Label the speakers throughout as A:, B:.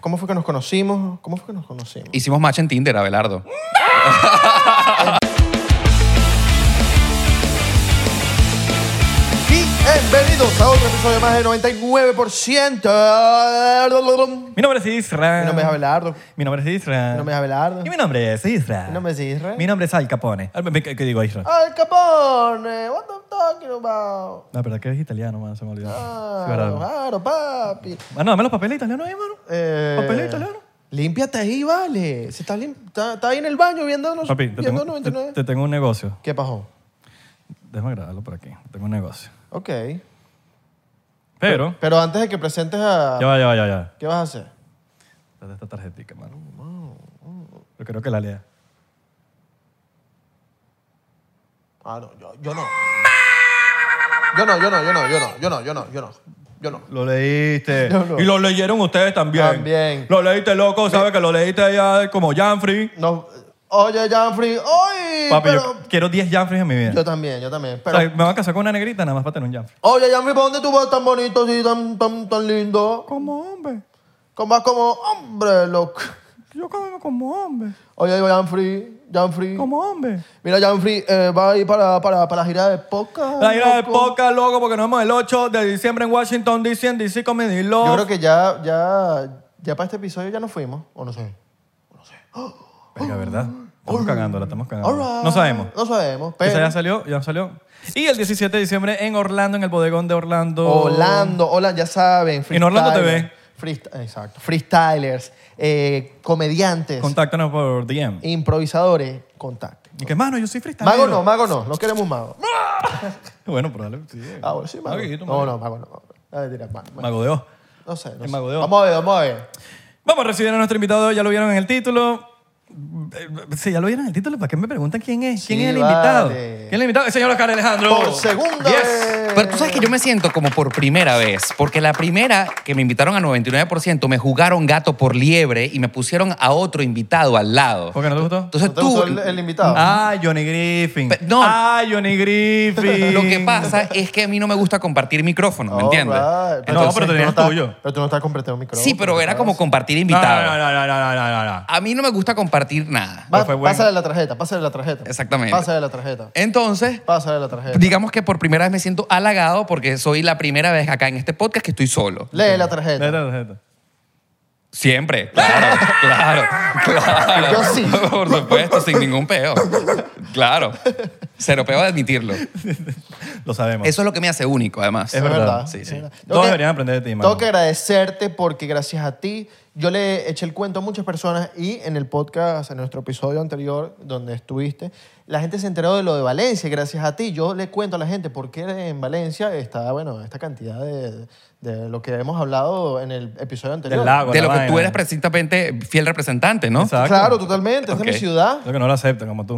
A: ¿Cómo fue que nos conocimos? ¿Cómo fue que nos conocimos?
B: Hicimos match en Tinder, Abelardo.
A: Bienvenidos a otro episodio más del 99%.
C: Mi nombre es Isra.
A: Mi nombre es Abelardo.
C: Mi nombre es Isra.
A: Mi nombre es Abelardo.
C: Y mi nombre es Isra.
A: Mi nombre es Isra.
C: Mi nombre es Al Capone. Al- ¿Qué, qué digo, Isra?
A: Al Capone, what the talking about?
C: La verdad que eres italiano, man. Se me olvidó. Sí,
A: Claro,
C: verdad.
A: claro, papi.
C: Mano, dame los papeles italianos ahí, mano.
A: Eh,
C: Papel italiano.
A: Límpiate ahí, vale. Se está, lim- está, está ahí en el baño viéndonos.
C: Papi, te
A: viendo
C: tengo, te-
A: 99.
C: te tengo un negocio.
A: ¿Qué pasó?
C: Déjame grabarlo por aquí. Tengo un negocio.
A: Ok.
C: Pero... ah.
A: Pero antes de que presentes a...
C: Ya va, ya va, ya va, ya va.
A: ¿Qué vas a hacer?
C: Date esta tarjetica, mano. Yo creo que la lea.
A: Ah, no, yo, yo no. Yo no, yo no, yo no, yo no, yo no, yo no, yo no, yo no.
C: Lo leíste.
A: Yo no.
C: Y lo leyeron ustedes también.
A: También.
C: Lo leíste, loco. Sabes que lo leíste ya como Janfrey.
A: No, Oye, Janfrey, ¡oy!
C: Papi,
A: pero...
C: yo quiero 10 Janfreys en mi vida.
A: Yo también, yo también.
C: O
A: Pero,
C: sea, me van a casar con una negrita nada más para tener un Janfrey.
A: oye, Janfrey, ¿por dónde tú vas tan bonito y tan, tan, tan lindo?
C: Como hombre.
A: Con- Vas como, hombre, loco.
C: Yo como, como hombre.
A: Oye, Janfrey, Janfrey.
C: Como hombre.
A: Mira, Janfrey, eh, va a ir para, para, para la gira de podcast.
C: La gira de
A: loco.
C: poca, loco, porque nos vemos el 8 de diciembre en Washington, D.C. en D.C. Comedy Love.
A: Yo creo que ya, ya, ya para este episodio ya nos fuimos, o no sé.
C: Venga, ¿verdad? Estamos cagando, la estamos cagando.
A: Alright.
C: No sabemos.
A: No sabemos,
C: Esa
A: pero...
C: ya salió, ya salió. Y el 17 de diciembre en Orlando, en el bodegón de Orlando.
A: Orlando, Orlando, ya saben.
C: En Orlando
A: freestylers,
C: TV.
A: freest- exacto. Freestylers, eh, comediantes,
C: Contáctanos por DM.
A: improvisadores, contacten.
C: Y que, mano, yo soy freestyle.
A: Mago no, mago no, no queremos mago.
C: Bueno, pero dale. sí.
A: Ah, bueno, sí, mago.
C: Maguito,
A: No, no, mago no. A ver, tira, ma- ma-
C: Mago de Oz.
A: No sé, no
C: El
A: sé.
C: mago de Oz.
A: Vamos a ver, vamos a ver.
C: Vamos a recibir a nuestro invitado, ya lo vieron en el título. Si ya lo vieron en el título, ¿para qué me preguntan quién es? ¿Quién
A: Sí,
C: es el invitado?
A: vale.
C: ¿Quién es el invitado? El señor Oscar Alejandro.
A: Por segunda vez.
B: Pero tú sabes que yo me siento como por primera vez, porque la primera que me invitaron a 99% me jugaron gato por liebre y me pusieron a otro invitado al lado.
C: ¿Por qué no te gustó?
B: Entonces
A: ¿No te
B: tú...
A: gustó el, el invitado?
C: Ah, Johnny Griffin.
B: Pe- no.
C: Ah, Johnny Griffin.
B: Lo que pasa es que a mí no me gusta compartir micrófono, ¿me
A: All
B: entiendes?
A: right.
C: No, pero
A: Oh, tú
C: tenías
A: estás-
C: tuyo.
A: Pero tú no estás completando un micrófono.
B: Sí, pero era como compartir
C: No,
B: invitado.
C: no, no, no, no, no, no, no.
B: A mí no me gusta compartir nada.
A: Va-
C: Pero fue bueno.
A: Pásale la tarjeta, pásale la tarjeta.
B: Exactamente.
A: Pásale la tarjeta.
B: Entonces,
A: Pásale la tarjeta.
B: digamos que por primera vez me siento halagado porque soy la primera vez acá en este podcast que estoy solo.
A: Lee la tarjeta.
C: Dale la tarjeta.
B: Siempre, claro, claro, claro.
A: Yo sí.
B: Por supuesto, sin ningún peo. Claro. Cero peo de admitirlo.
C: Lo sabemos.
B: Eso es lo que me hace único, además.
C: Es verdad.
B: Sí,
A: es
B: sí.
A: verdad.
C: Todos
A: Tengo que-
C: deberían aprender de ti, mano.
A: Tengo que agradecerte porque gracias a ti yo le eché el cuento a muchas personas y en el podcast, en nuestro episodio anterior donde estuviste, la gente se enteró de lo de Valencia y gracias a ti yo le cuento a la gente por qué en Valencia está, bueno, esta cantidad de, de lo que hemos hablado en el episodio anterior.
C: Del lago.
B: De lo
C: la
B: que tú
C: vaina.
B: eres precisamente fiel representante, ¿no?
C: Exacto.
A: Claro, totalmente. Esa es
B: Ok.
A: mi ciudad.
C: Lo que no lo aceptan, como tú.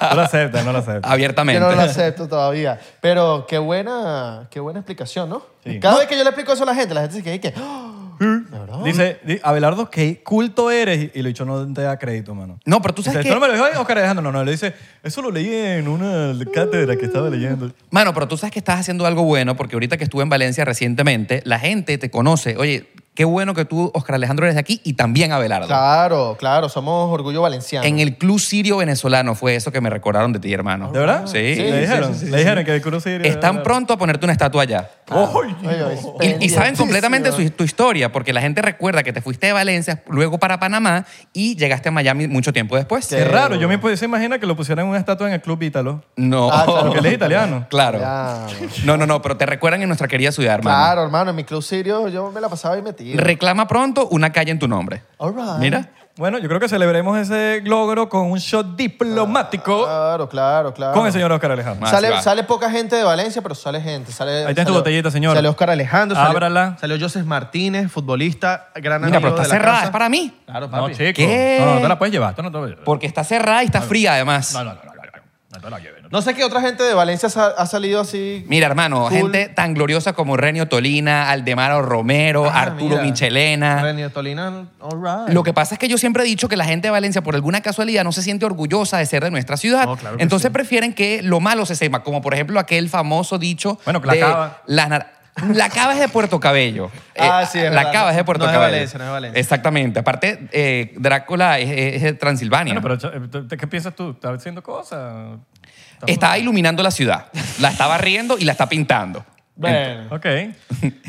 C: No lo aceptan, no lo aceptan.
A: Yo
B: Abiertamente.
A: no lo acepto todavía. Pero qué buena, qué buena explicación, ¿no?
C: Sí.
A: Cada vez que yo le explico eso a la gente, la gente se queda y que... "Oh, ¿de verdad?
B: Ah,
C: Dice, di- Abelardo, qué culto eres. Y lo dicho no te da crédito, mano.
B: No, pero tú
C: Dice,
B: sabes
C: esto
B: que...
C: no me lo dijo Oscar Alejandro, no, no, le dice, eso lo leí en una cátedra que estaba leyendo.
B: Mano, pero tú sabes que estás haciendo algo bueno porque ahorita que estuve en Valencia recientemente, la gente te conoce. Oye, qué bueno que tú, Oscar Alejandro, eres de aquí y también Abelardo.
A: Claro, claro, somos orgullo valenciano.
B: En el Club Sirio Venezolano fue eso que me recordaron de ti, hermano.
C: ¿De verdad?
B: Sí.
A: Sí,
C: Le dijeron,
A: sí, sí, sí,
C: le dijeron que el culo sirio.
B: Están pronto a ponerte una estatua allá.
A: Oye, oye,
B: Y, y saben
A: pendientísimo.
B: completamente su- tu historia, porque la gente recuerda que te fuiste de Valencia, luego para Panamá y llegaste a Miami mucho tiempo después.
C: Qué raro, yo me pude se imagina que lo pusieran en una estatua en el club Ítalo.
B: No.
A: Ah, claro.
C: Porque él es italiano.
B: Claro.
A: Ya,
B: No, no, no, pero te recuerdan en nuestra querida ciudad, hermano.
A: Claro, hermano, en mi club sirio yo me la pasaba ahí metido.
B: Reclama pronto una calle en tu nombre.
A: All right.
B: Mira.
C: Bueno, yo creo que celebremos ese logro con un shot diplomático
A: Claro, claro, claro.
C: con el señor Oscar Alejandro.
B: Ah, sí
A: Sale,
B: va.
A: sale poca gente de Valencia, pero sale gente. Sale,
C: Ahí tienes tu
A: salió-
C: botellita, señor.
A: Sale Oscar Alejandro. salió-
C: Ábrala.
A: Salió José Martínez, futbolista, gran amigo
B: Mira, pero está
A: de la
B: cerrada,
A: casa.
B: es para mí.
A: Claro,
C: No,
A: papi.
C: chico.
B: ¿Qué?
C: No, no, no te la puedes llevar. Tú no te la puedes llevar.
B: Porque está cerrada y está fría, además.
C: No, no, no, no, no, no, no te la lleves. no te-
A: No sé qué otra gente de Valencia sa- ha salido así.
B: Mira, hermano,
A: Cool.
B: gente tan gloriosa como Renio Tolina, Aldemaro Romero,
A: Ah,
B: Arturo
A: mira.
B: Michelena.
A: Renio Tolina, all right.
B: Lo que pasa es que yo siempre he dicho que la gente de Valencia, por alguna casualidad, no se siente orgullosa de ser de nuestra ciudad.
C: No, claro que
B: Entonces
C: sí.
B: prefieren que lo malo se sepa, como por ejemplo aquel famoso dicho
C: Bueno, que la
B: de
C: cava.
B: las nar- La Cava es de Puerto Cabello. Eh,
A: Ah, sí, es
B: La
A: verdad.
B: Cava es de Puerto
A: No es
B: Cabello.
A: Valencia, no es Valencia.
B: Exactamente. Aparte, eh, Drácula es, es- es de Transilvania.
C: Bueno, pero ch- ¿tú- tú- ¿qué piensas tú? ¿Estás haciendo cosas? ¿Estás-
B: Estaba iluminando la ciudad. La estaba riendo y la está pintando.
A: Bueno.
C: Ok.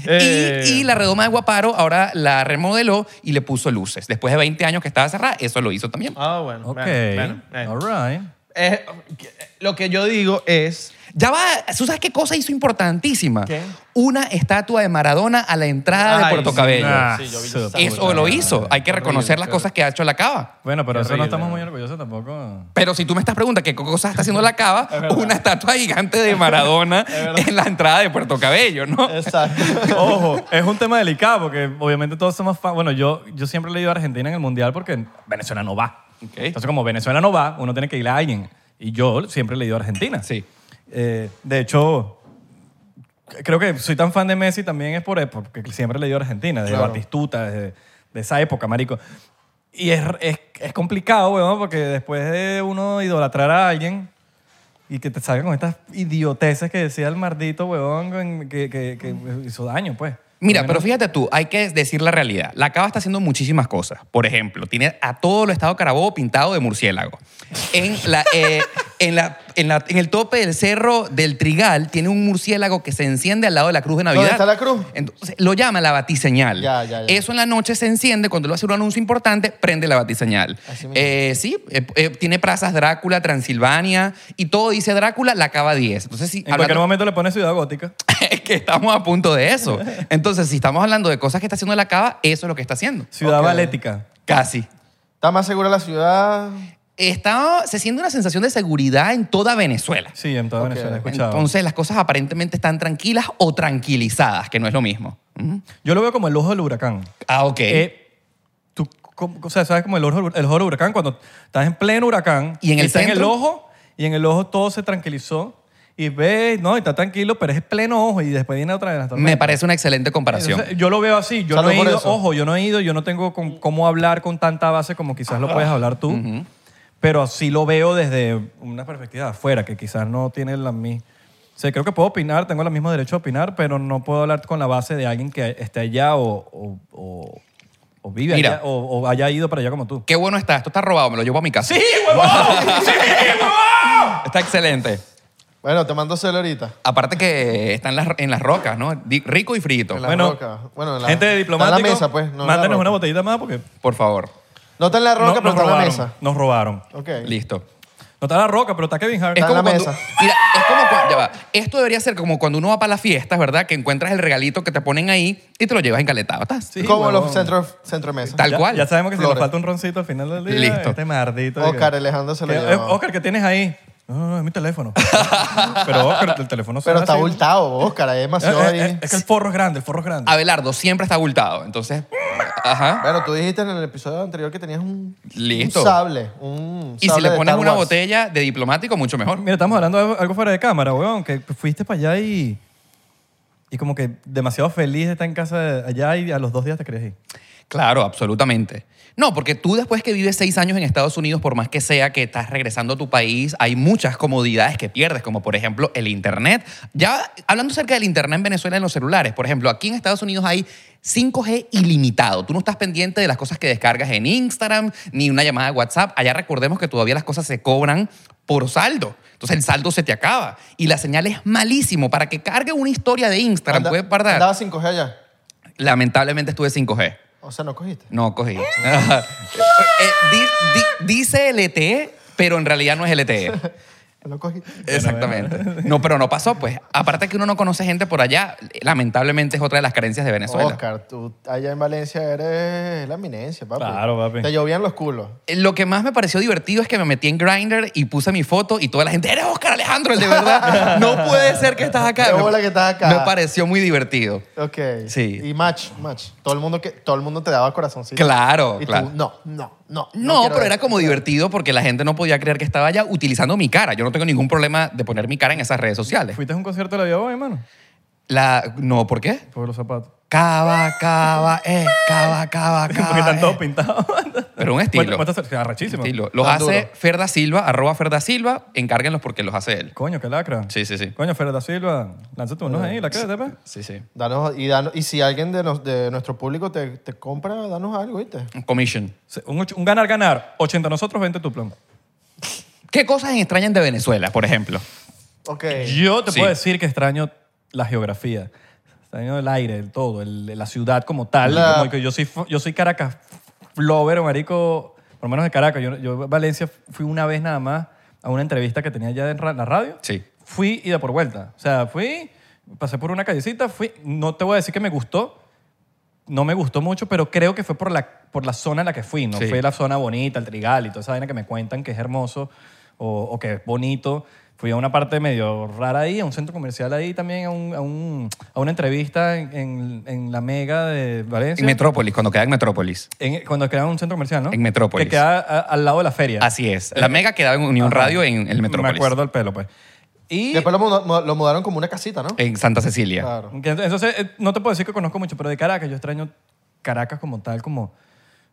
B: Y, y la redoma de Guaparo ahora la remodeló y le puso luces. Después de 20 años que estaba cerrada, eso lo hizo también.
A: Ah, bueno.
C: Ok.
A: bueno, bueno,
C: All
A: bueno.
C: right.
A: Eh, lo que yo digo es...
B: Ya va, ¿tú sabes qué cosa hizo importantísima?
A: ¿Qué?
B: Una estatua de Maradona a la entrada Ah, de
A: Ay,
B: Puerto
A: sí,
B: Cabello.
A: nah. Sí, yo vi
C: Eso
A: esa
B: Eso lo hizo. Hay que reconocer las cosas que ha hecho la Cava.
C: Bueno, pero eso no
A: Terrible.
C: estamos muy orgullosos tampoco.
B: Pero si tú me estás preguntando qué cosas está haciendo la Cava, una estatua gigante de Maradona en la entrada de Puerto Cabello, ¿no?
A: Exacto.
C: Ojo, es un tema delicado porque obviamente todos somos fans. Bueno, yo, yo siempre le he ido a Argentina en el Mundial porque Venezuela no va.
B: Ok.
C: Entonces, como Venezuela no va, uno tiene que ir a alguien. Y yo siempre le he ido a Argentina.
B: Sí.
C: Eh, de hecho, creo que soy tan fan de Messi también es por, porque siempre le dio a Argentina, desde
A: Claro.
C: Batistuta, desde de esa época, marico. Y es, es, es complicado, weón, porque después de uno idolatrar a alguien y que te salgan con estas idioteces que decía el mardito, weón, con- que, que- que hizo daño, pues.
B: Mira, pero
C: Bueno,
B: fíjate tú, hay que decir la realidad. La Cava está haciendo muchísimas cosas. Por ejemplo, tiene a todo el estado Carabobo pintado de murciélago. En, la, eh, en, la- en la- en el tope del cerro del Trigal tiene un murciélago que se enciende al lado de la cruz de Navidad.
A: está la cruz?
B: Entonces, lo llama la batiseñal.
A: Ya, ya, ya.
B: Eso en la noche se enciende, cuando lo hace un anuncio importante, prende la batiseñal.
A: Así mismo.
B: Eh, sí, eh, eh, tiene plazas Drácula, Transilvania, y todo dice Drácula, la Cava 10. Entonces, sí,
C: En cualquier momento le pone Ciudad Gótica.
B: es que estamos a punto de eso. Entonces, si estamos hablando de cosas que está haciendo la cava, eso es lo que está haciendo.
C: Ciudad
A: Ok.
C: Valética.
B: Casi.
A: ¿Está más segura la ciudad?
B: Está, se siente una sensación de seguridad en toda Venezuela.
C: Sí, en toda
A: Ok.
C: Venezuela, he escuchado.
B: Entonces, las cosas aparentemente están tranquilas o tranquilizadas, que no es lo mismo. Ujú.
C: Yo lo veo como el ojo del huracán.
B: Ah, ok.
C: Eh, tú, ¿cómo- o sea, ¿sabes como el ojo, el ojo del huracán? Cuando estás en pleno huracán
B: ¿Y en el
C: está en el
B: centro?
C: ojo y en el ojo todo se tranquilizó y ves, no, y está tranquilo, pero es pleno ojo y después viene otra de las tormentas.
B: Me parece una excelente comparación.
C: Entonces, eh, yo lo veo así. Yo
A: Salud
C: no he
A: por
C: ido,
A: eso.
C: ojo, yo no he ido, yo no tengo con- cómo hablar con tanta base como quizás lo puedes hablar tú, pero sí lo veo desde una perspectiva de afuera, que quizás no tiene la misma... O sea, creo que puedo opinar, tengo el mismo derecho a opinar, pero no puedo hablar con la base de alguien que esté allá o, o- o- o vive
B: Mira.
C: allá o, o haya ido para allá como tú.
B: Qué bueno está. Esto está robado. Me lo llevo a mi casa. Está excelente.
A: Bueno, te mando celo ahorita.
B: Aparte que está en las, en las rocas, ¿no? Di- Rico y frito.
A: En la
C: Bueno,
A: roca. Bueno, en la,
C: Gente de
A: está en la
C: diplomático,
A: mesa, pues. No en la
C: mándanos
A: roca.
C: una botellita más porque
B: Por favor.
A: No está en la roca,
C: no-
A: pero
C: nos
A: está en
C: robaron.
A: la mesa.
C: Nos robaron.
A: Ok.
B: Listo.
C: No está la roca, pero está Kevin Hart.
A: Está en la
B: cuando-
A: mesa.
B: Mira, es como cuando, ya va. Esto debería ser como cuando uno va para las fiestas, ¿verdad? Que encuentras el regalito que te ponen ahí y te lo llevas encaletado. ¿Estás?
C: Sí,
A: Como
C: huevón.
A: los centros centro de mesa.
B: Tal
C: Ya-
B: cual.
C: Ya sabemos que si
A: Flores.
C: nos falta un roncito al final del día,
B: Listo.
C: este mardito.
A: Oscar
C: que-
A: Alejandro se lo
C: que-
A: llevó.
C: eh, Oscar, ¿qué tienes ahí? No, no, no, es mi teléfono. Pero Oscar, el
A: Pero
C: teléfono suena
A: está
C: así.
A: abultado, Oscar. Hay demasiado
C: Eh, eh, eh,
A: ahí.
C: es que el forro es grande, el forro es grande.
B: Abelardo siempre está abultado. Entonces, ajá.
A: Bueno, tú dijiste en el episodio anterior que tenías un,
B: Listo.
A: un sable. Un
B: Y si
A: sable
B: le
A: de
B: pones
A: Star
B: una
A: Wars.
B: botella de diplomático, mucho mejor.
C: Mira, estamos hablando de algo- algo fuera de cámara, weón, que fuiste para allá y... Y como que demasiado feliz de estar en casa de- allá y a los dos días te crees ir.
B: Claro, absolutamente. No, porque tú después que vives seis años en Estados Unidos, por más que sea que estás regresando a tu país, hay muchas comodidades que pierdes, como por ejemplo el Internet. Ya hablando acerca del Internet en Venezuela en los celulares, por ejemplo, aquí en Estados Unidos hay 5G ilimitado. Tú no estás pendiente de las cosas que descargas en Instagram ni una llamada de WhatsApp. Allá recordemos que todavía las cosas se cobran por saldo. Entonces el saldo se te acaba y la señal es malísimo. Para que cargue una historia de Instagram,
A: Anda-
B: puedes guardar.
A: Andaba 5G allá.
B: Lamentablemente estuve 5G.
A: O sea, no cogiste.
B: No, cogí. Eh, di- di- dice LTE, pero en realidad no es LTE.
A: No cogiste.
B: Exactamente. No, pero no pasó, pues. Aparte que uno no conoce gente por allá, lamentablemente es otra de las carencias de Venezuela.
A: Oscar, tú allá en Valencia eres la eminencia, papi.
C: Claro, papi.
A: Te llovían los culos.
B: Eh, Lo que más me pareció divertido es que me metí en Grindr y puse mi foto y toda la gente, eres Oscar Alejandro, el de verdad. No puede ser que estás acá.
A: Qué
B: Me-
A: bola que estás acá.
B: Me pareció muy divertido.
A: Ok.
B: Sí.
A: Y match, match. Todo el mundo, que, todo el mundo te daba corazoncito.
B: Claro,
A: Y
B: claro.
A: tú, no, no, no.
B: No,
A: quiero
B: pero era
A: esto.
B: como divertido porque la gente no podía creer que estaba allá utilizando mi cara. Yo no tengo ningún problema de poner mi cara en esas redes sociales.
C: ¿Fuiste a un concierto de la Vía Boy, hermano?
B: La, no, ¿por qué?
C: Por los zapatos.
B: Cava, cava, eh, cava, cava, cava.
C: Porque están
B: eh.
C: todos pintados.
B: Pero un estilo.
C: Muestra- muestra- arrechísimo.
B: Estilo. Los
A: Tan
B: hace
A: duro.
B: Ferda Silva, arroba Ferda Silva, encárguenlos porque los hace él.
C: Coño, qué lacra.
B: Sí, sí, sí.
C: Coño, Ferda Silva, lánzate unos ahí, la cara, pe.
B: Sí, sí.
A: Danos, y, danos- y si alguien de, nos- de nuestro público te, te compra, danos algo, ¿viste?
B: Commission.
C: Se- Un, och- un ganar, ganar. 80 nosotros, 20 tu plan.
B: ¿Qué cosas extrañan de Venezuela, por ejemplo?
A: Ok.
C: Yo te
B: Sí.
C: puedo decir que extraño la geografía. Extraño el aire, el todo, el- la ciudad como tal.
A: La-
C: Como que yo soy, fo- yo soy Caracas flover o marico, por lo menos de Caracas. Yo, yo a Valencia fui una vez nada más a una entrevista que tenía ya en ra- la radio.
B: Sí.
C: Fui ida por vuelta. O sea, fui, pasé por una callecita, fui. No te voy a decir que me gustó. No me gustó mucho, pero creo que fue por la, por la zona en la que fui. No
B: Sí.
C: fue la zona bonita, el trigal y toda esa vaina que me cuentan que es hermoso o, o que es bonito. Fui a una parte medio rara ahí, a un centro comercial ahí también, a, un- a un- a una entrevista en, en- en la mega de Valencia.
B: En Metrópolis, cuando queda en Metrópolis.
C: En- cuando crearon un centro comercial, ¿no?
B: En Metrópolis.
C: Que queda a- al lado de la feria.
B: Así es. La
C: Eh,
B: Mega quedaba en Unión
C: ajá.
B: Radio en el Metrópolis.
C: Me acuerdo el pelo, pues. Y
A: Después lo, muda- lo mudaron como una casita, ¿no?
B: En Santa Cecilia.
A: Claro.
C: Que ent- Entonces, eh, no te puedo decir que conozco mucho, pero de Caracas, yo extraño Caracas como tal, como,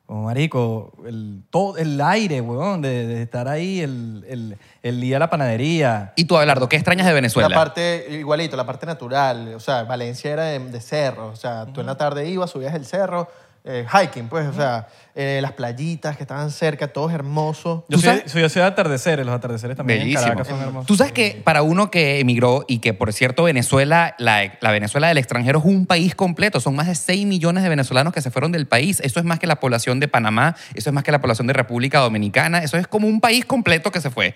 C: como marico, el, todo, el aire, weón, de, de estar ahí, el, el, el día de la panadería.
B: ¿Y tú, Abelardo, qué extrañas de Venezuela?
A: La parte, igualito, la parte natural. O sea, Valencia era de, de cerro. O sea, tú en la tarde ibas, subías el cerro, eh, hiking, pues. O sea, eh, las playitas que estaban cerca, todo es hermoso.
C: Yo
B: ¿Tú
C: soy,
B: sabes?
C: soy, soy de atardeceres, los atardeceres también
B: Bellísimo.
C: en Caracas son hermosos.
B: Tú sabes que para uno que emigró y que, por cierto, Venezuela, la, la Venezuela del extranjero es un país completo. Son más de 6 millones de venezolanos que se fueron del país. Eso es más que la población de Panamá, eso es más que la población de República Dominicana. Eso es como un país completo que se fue.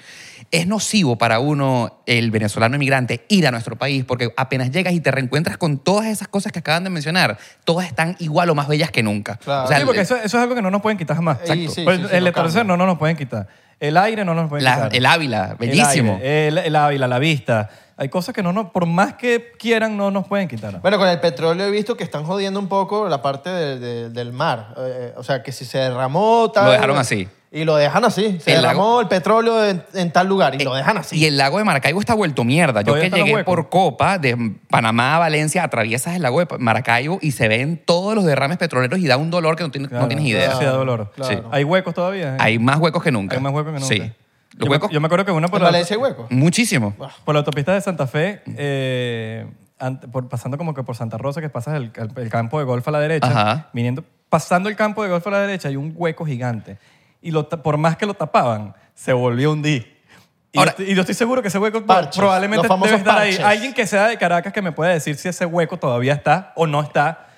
B: Es nocivo para uno, el venezolano emigrante, ir a nuestro país porque apenas llegas y te reencuentras con todas esas cosas que acaban de mencionar. Todas están igual o más bellas que nunca.
A: Claro.
B: O sea,
C: sí, porque eso, eso es algo que no nos pueden quitar jamás.
A: Sí, Exacto. sí,
C: Pues
A: sí, sí,
C: el
A: no
C: atardecer no,
A: cambia.
C: no nos pueden quitar. El aire no nos pueden
B: la-
C: quitar.
B: el Ávila,
C: El
B: bellísimo.
C: aire, El, el ávila, la vista. Hay cosas que no, nos- por más que quieran, no nos pueden quitar.
A: Bueno, con el petróleo he visto que están jodiendo un poco la parte de- de- del mar. Eh, o sea, que si se derramó tal.
B: Lo dejaron así.
A: Y lo dejan así. Se
B: El
A: derramó el petróleo en, en tal lugar y
C: Eh,
A: lo dejan así.
B: Eh, Y el lago de Maracaibo está vuelto mierda. Yo
C: Todavía
B: que
C: están los
B: llegué
C: huecos.
B: por Copa de Panamá a Valencia, atraviesas el lago de Maracaibo y se ven todos los derrames petroleros y da un dolor que no, tiene- no
C: Claro,
B: tienes idea.
C: claro, sí, da dolor.
A: claro.
C: Sí. Hay huecos todavía.
B: Hay más huecos que nunca.
C: Hay más huecos que nunca.
B: Sí. Los
C: yo,
B: huecos,
C: me, yo me acuerdo que uno por
A: ¿En
C: la,
A: Valencia hay hueco?
B: muchísimo.
C: por la autopista de Santa Fe, eh, ant- por- pasando como que por Santa Rosa, que pasas el, el- el campo de golf a la derecha,
B: Ajá.
C: viniendo, pasando el campo de golf a la derecha hay un hueco gigante. Y lo, ta- por más que lo tapaban, se volvió a hundir. Y,
B: Ahora-
C: yo, estoy- y yo estoy seguro que ese hueco pro-
A: Parches,
C: probablemente
A: los famosos
C: debe estar ahí.
A: parches.
C: Alguien que sea de Caracas que me pueda decir si ese hueco todavía está o no está.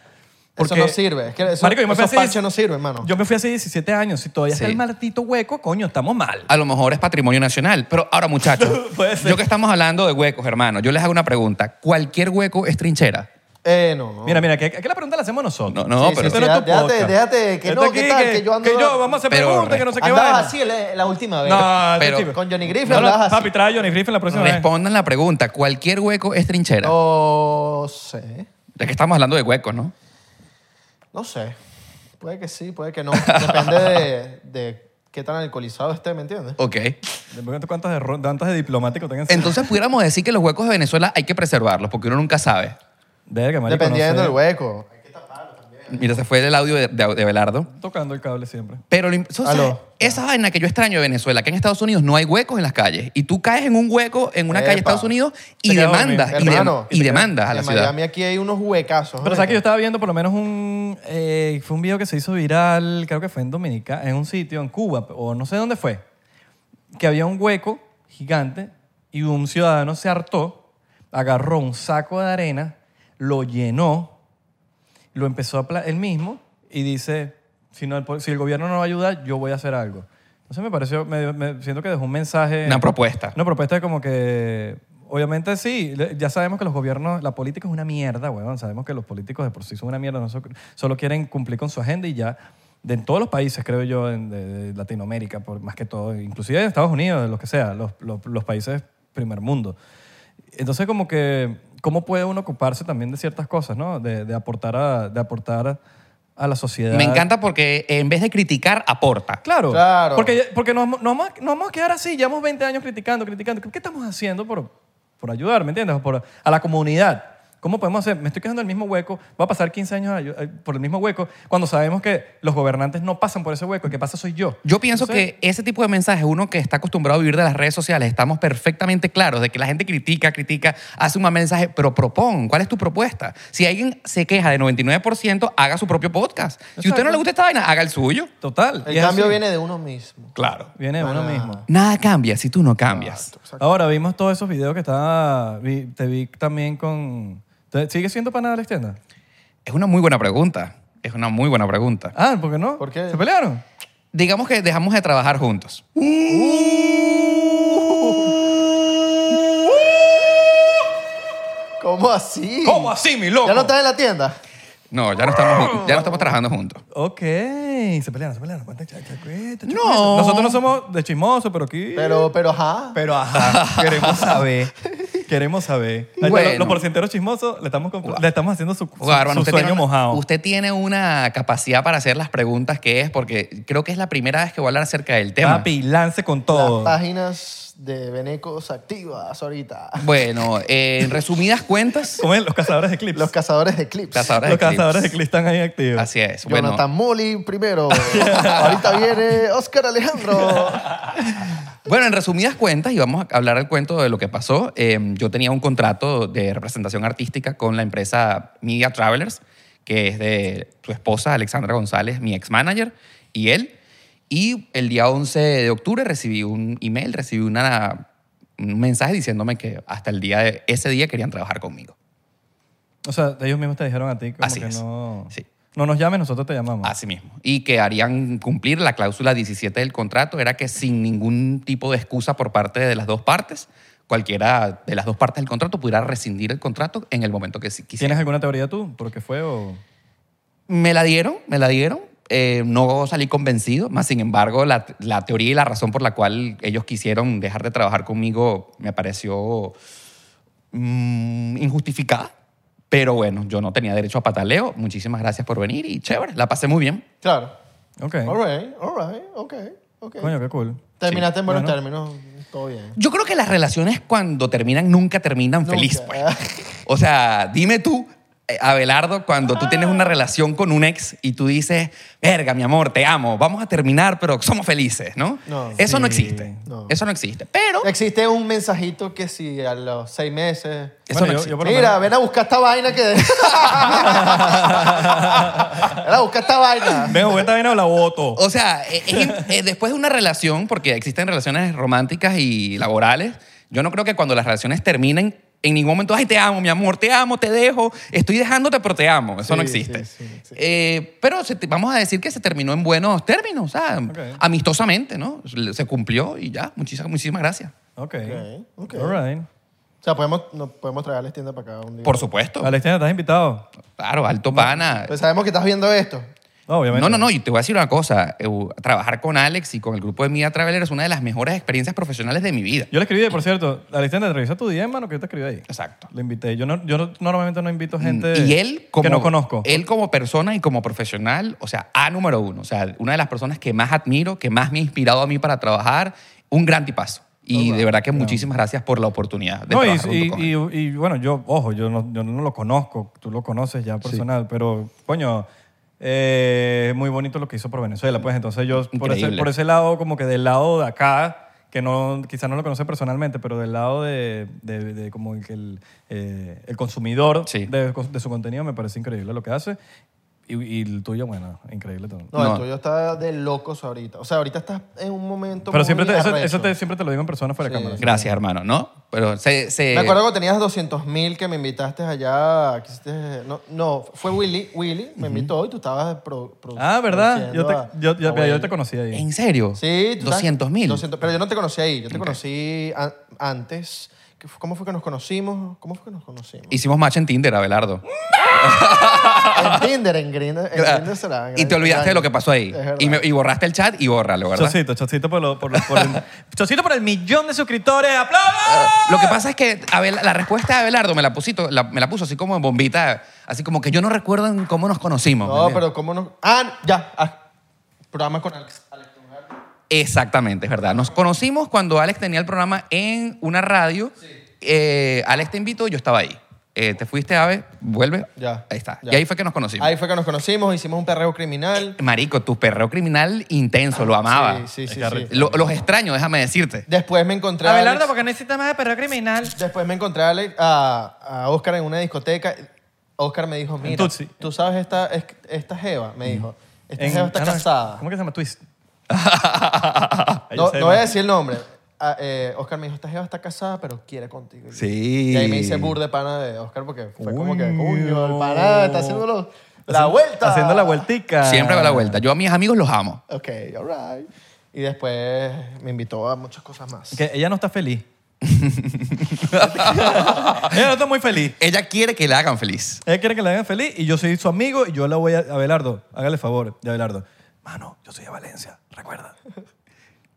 A: Eso
C: Porque-
A: no sirve. Es que eso-
C: Marico, yo me fui
A: esos
C: hace diez-
A: parches no sirven, hermano.
C: Yo me fui hace 17 años. Si todavía está
B: Sí.
C: el maldito hueco, coño, estamos mal.
B: A lo mejor es patrimonio nacional. Pero ahora, muchachos,
C: Puede ser.
B: yo que estamos hablando de huecos, hermano, yo les hago una pregunta. ¿Cualquier hueco es trinchera?
A: Eh, no.
C: Mira, mira, que, que la pregunta la hacemos nosotros.
B: No, no,
A: Sí,
B: pero...
A: sí, sí.
C: Pero este es tu
A: déjate,
C: podcast.
A: déjate, que
C: Esto
A: no, que
C: aquí,
A: tal, que yo ando-
C: que yo, vamos a hacer
B: Pero-
C: preguntas, que no sé qué
A: Andabas
C: vaina.
A: así la, la última vez.
C: No,
B: Pero-
C: chico.
A: con Johnny Griffin
C: No, no,
A: hablabas así.
C: Papi, trae a Johnny Griffin la próxima vez.
B: Respondan la pregunta. ¿Cualquier hueco es trinchera?
A: No sé.
B: Ya que estamos hablando de huecos, ¿no?
A: No sé. Puede que sí, puede que no. Depende de, de qué tan alcoholizado esté, ¿me entiendes?
B: Ok.
C: Depende de ¿Cuántas de, ro- cuántas de diplomático tengan?
B: Entonces pudiéramos decir que los huecos de Venezuela hay que preservarlos porque uno nunca sabe.
C: Verga, marico,
A: Dependiendo
C: no sé.
A: del hueco.
B: Mira, se fue el audio de, de, de Belardo.
C: Tocando el cable siempre.
B: Pero lo im- eso-
A: Aló.
B: esa vaina que yo extraño de Venezuela, que en Estados Unidos no hay huecos en las calles. Y tú caes en un hueco en una calle de
A: Epa.
B: Estados Unidos y
C: Te quedas
B: demandas, y,
A: dormido.
B: de-
A: Hermano,
B: y demandas a la
A: en
B: ciudad.
A: Miami aquí hay unos huecazos.
C: Pero
A: ¿eh?
C: sabes que yo estaba viendo por lo menos un... eh, fue un video que se hizo viral, creo que fue en Dominica, en un sitio, en Cuba, o no sé dónde fue, que había un hueco gigante y un ciudadano se hartó, agarró un saco de arena, lo llenó, lo empezó a... pla- él mismo y dice, si, no, el po- si el gobierno no va a ayudar, yo voy a hacer algo. Entonces me pareció, me, me- siento que dejó un mensaje...
B: Una propuesta.
C: Una propuesta de como que. Obviamente sí, le- ya sabemos que los gobiernos, la política es una mierda, weón. Sabemos que los políticos de por sí son una mierda, no so- solo quieren cumplir con su agenda y ya. De, en todos los países, creo yo, en- de, de Latinoamérica, por, más que todo, inclusive en Estados Unidos, de lo que sea, los, los- los países primer mundo. Entonces, como que, ¿cómo puede uno ocuparse también de ciertas cosas, no? De, de aportar, a, de aportar a la sociedad.
B: Me encanta porque en vez de criticar, aporta.
C: Claro.
A: Claro.
C: Porque, ya- porque nos, nos vamos, a- nos vamos a quedar así. Llevamos 20 años criticando, criticando. ¿Qué estamos haciendo por, por ayudar, me entiendes? Por, a la comunidad. ¿Cómo podemos hacer? Me estoy quedando en el mismo hueco, va a pasar 15 años ay- ay, por el mismo hueco, cuando sabemos que los gobernantes no pasan por ese hueco, el que pasa soy yo.
B: Yo pienso
C: Sí.
B: que ese tipo de mensajes, uno que está acostumbrado a vivir de las redes sociales, estamos perfectamente claros de que la gente critica, critica, hace un mal mensaje, pero propon, ¿cuál es tu propuesta? Si alguien se queja de 99%, haga su propio podcast. Si a usted no
C: Exacto.
B: le gusta esta vaina, haga el suyo.
C: Total.
A: El
C: y es
A: cambio
C: así.
A: viene de uno mismo.
B: Claro.
C: Viene de uno
A: Ah.
C: mismo.
B: Nada cambia si tú no cambias.
C: Ahora, vimos todos esos videos que estaba... vi- te vi también con... ¿te- ¿Sigue siendo pana Alex Tienda?
B: Es una muy buena pregunta. Es una muy buena pregunta.
C: Ah, ¿por qué no?
A: ¿Por qué?
C: ¿Se pelearon?
B: Digamos que dejamos de trabajar juntos.
A: ¿Cómo así?
C: ¿Cómo así, mi loco?
A: ¿Ya no estás en la tienda?
B: No, ya no estamos, jun- ya no estamos trabajando juntos.
C: Ok, se pelearon, se pelearon. Cuenta, cha- cha- cuenta, cha-
B: No.
C: cuenta. Nosotros no somos de chismoso, pero aquí...
A: Pero, pero, ajá.
C: Pero ajá, queremos saber. Queremos saber. Ahí está,
B: Bueno.
C: Los, los porcenteros chismosos le estamos, comp- le estamos haciendo su, su-
B: Guau, hermano,
C: su sueño
B: tiene una,
C: mojado.
B: usted tiene una capacidad para hacer las preguntas que es, porque creo que es la primera vez que voy a hablar acerca del tema.
C: Papi, lance con todo.
A: Las páginas de Benecos activas ahorita.
B: Bueno, eh, en resumidas cuentas,
C: ¿Cómo es? Los cazadores de clips.
A: Los cazadores de clips.
B: cazadores
C: Los
B: de clips.
C: cazadores de clips están ahí activos.
B: Así es. Bueno,
A: Jonathan Molly primero. ahorita viene Oscar Alejandro.
B: bueno, en resumidas cuentas, y vamos a hablar del cuento de lo que pasó, eh, yo tenía un contrato de representación artística con la empresa Media Travelers, que es de su esposa, Alexandra González, mi ex-manager, y él. Y el día 11 de octubre recibí un email, recibí una, un mensaje diciéndome que hasta el día de ese día querían trabajar conmigo.
C: O sea, ellos mismos te dijeron a ti como
B: Así
C: que
B: es.
C: no...
B: Sí.
C: No nos llames, nosotros te llamamos.
B: Así mismo. Y que harían cumplir la cláusula 17 del contrato, era que sin ningún tipo de excusa por parte de las dos partes, cualquiera de las dos partes del contrato pudiera rescindir el contrato en el momento que sí quisiera.
C: ¿Tienes alguna teoría tú? ¿Por qué fue o...?
B: Me la dieron, me la dieron. Eh, no salí convencido, más sin embargo, la, la teoría y la razón por la cual ellos quisieron dejar de trabajar conmigo me pareció mm, injustificada. Pero bueno, yo no tenía derecho a pataleo. Muchísimas gracias por venir y chévere, la pasé muy bien.
A: Claro.
C: Ok.
A: All right, all right, ok, ok.
C: Coño, qué cool.
A: Terminaste en buenos
C: Bueno.
A: términos. Todo bien.
B: Yo creo que las relaciones cuando terminan nunca terminan
A: Nunca.
B: feliz. pues. O sea, dime tú, eh, Abelardo, cuando tú tienes una
A: Ah.
B: relación con un ex y tú dices, verga, mi amor, te amo, vamos a terminar, pero somos felices, ¿no?
A: No.
B: Eso no
C: Sí,
B: existe.
A: no.
B: Eso no existe. Pero
A: Existe un mensajito que si a los seis meses.
B: eso no
C: Bueno, yo-
B: existe.
C: yo por lo
A: Mira,
C: menos-
A: ven a buscar esta vaina que. ven a buscar esta vaina.
C: Venga, güey, esta vaina o la voto.
B: O sea, eh, es im- eh, después de una relación, porque existen relaciones románticas y laborales, yo no creo que cuando las relaciones terminen, en ningún momento, ay, te amo, mi amor, te amo, te dejo, estoy dejándote, pero te amo. Eso no
A: Sí,
B: existe.
A: sí, sí, sí.
B: Eh, pero se te- vamos a decir que se terminó en buenos términos, o sea,
C: Ok.
B: amistosamente, ¿no? Se cumplió y ya. Muchísimas, muchísimas gracias.
C: Ok.
A: Ok, ok.
C: All right.
A: O sea, podemos, no, podemos traerles tienda para acá un día.
B: Por supuesto.
C: Alexander, ¿estás invitado?
B: Claro, alto pana.
A: Pues sabemos que estás viendo esto.
C: No, obviamente.
B: No, no, no, y te voy a decir una cosa. eh, Trabajar con Alex y con el grupo de Media Traveler es una de las mejores experiencias profesionales de mi vida.
C: Yo le escribí, por cierto, Alexander, revisa tu DM, mano, que yo te escribí ahí.
B: Exacto.
C: Le invité. Yo, no, yo no- normalmente no invito gente
B: Mm, Y él como,
C: que no conozco.
B: Él como persona y como profesional, o sea, A número uno. O sea, una de las personas que más admiro, que más me ha inspirado a mí para trabajar, un gran tipazo. Y de verdad que muchísimas gracias por la oportunidad de
C: Oh, No, y,
B: trabajar junto con
C: y-
B: él.
C: y- y bueno, yo, ojo, yo no, yo no lo conozco, tú lo conoces ya personal, pero coño, eh, muy bonito lo que hizo por Venezuela, pues entonces yo por ese,
B: Increíble.
C: por ese lado, como que del lado de acá, que no, quizás no lo conoce personalmente, pero del lado de, de- de como el, que el, eh, el consumidor
B: Sí.
C: de, de su contenido, me parece increíble lo que hace. Y, y el tuyo, bueno, increíble todo.
A: No,
B: No.
A: el tuyo está de locos ahorita. O sea, ahorita estás en un momento.
C: pero
A: muy
C: siempre te, eso,
A: arrecho.
C: eso te- siempre te lo digo en persona fuera de
A: Sí.
C: cámara.
B: Gracias, hermano, ¿no? Pero se... se-
A: Me acuerdo que tenías 200 mil que me invitaste allá. que hiciste- no, no, fue Willy. Willy me invitó y tú estabas pro- pro-
C: Ah, ¿verdad?
A: produciendo
C: Yo te,
A: a-
C: yo, yo-
A: a
C: mira, yo
A: Willy.
C: te conocí ahí.
B: ¿En serio?
A: Sí, tú sabes-
B: 200 mil.
A: 200, pero yo no te conocí ahí. Yo te conocí a- antes. ¿Qué fue- ¿Cómo fue que nos conocimos? ¿Cómo fue que nos conocimos?
B: Hicimos match en Tinder, Abelardo.
A: en Tinder, en Grindr. En Grindr será. en
B: Ah, y te
A: Grindr.
B: olvidaste de lo que pasó ahí.
A: Es verdad.
B: Y, me- y borraste el chat y bórralo, ¿verdad?
C: Chocito, chocito por, lo- por, lo- por el, chocito por el millón de suscriptores.
A: Ah,
C: ¡Aplausos!
B: Lo que pasa es que Abel- la respuesta de Abelardo me la, pusito- la- me la puso así como en bombita, así como que yo no recuerdo en cómo nos conocimos.
A: No, pero ¿cómo no? Ah, ya. ah, programa con Alex. Alex Tungaro.
B: Exactamente, es verdad. Nos conocimos cuando Alex tenía el programa en una radio. Eh, Alex te invitó, yo estaba ahí. eh, te fuiste, Ave, vuelve.
A: Ya.
B: Ahí está.
A: ya.
B: Y ahí fue que nos conocimos.
A: Ahí fue que nos conocimos, hicimos un perreo criminal.
B: Marico, tu perreo criminal intenso, lo amaba.
A: Sí, sí, sí.
C: Es
A: sí.
C: que
B: Lo- los extraño, déjame decirte.
A: Después me encontré a
D: Abelardo,
A: Alex-
D: porque no necesita más de perro criminal.
A: Después me encontré a, Alex- a, a Oscar en una discoteca. Oscar me dijo, mira,
C: Tutsi.
A: tú sabes esta, es- esta jeva, me dijo. Esta
C: En-
A: jeva está
C: ah, no,
A: casada.
C: ¿Cómo que se llama? Twist.
A: No, no voy a decir el nombre. Ah, eh, Oscar me dijo, esta jeva está casada, pero quiere contigo.
B: Sí.
A: Y ahí me hice burda de pana de Oscar porque fue como que,
C: Coño.
A: coño, el pana está haciendo los- la
C: Haciendo-
A: vuelta.
C: Haciendo la vueltica.
B: Siempre va la vuelta. Yo a mis amigos los amo.
A: Ok, all right. Y después me invitó a muchas cosas más.
C: Que ella no está feliz. ella no está muy feliz.
B: Ella quiere que la hagan feliz.
C: Ella quiere que la hagan feliz y yo soy su amigo y yo la voy a... Abelardo, hágale favor de Abelardo. Mano, yo soy de Valencia, recuerda.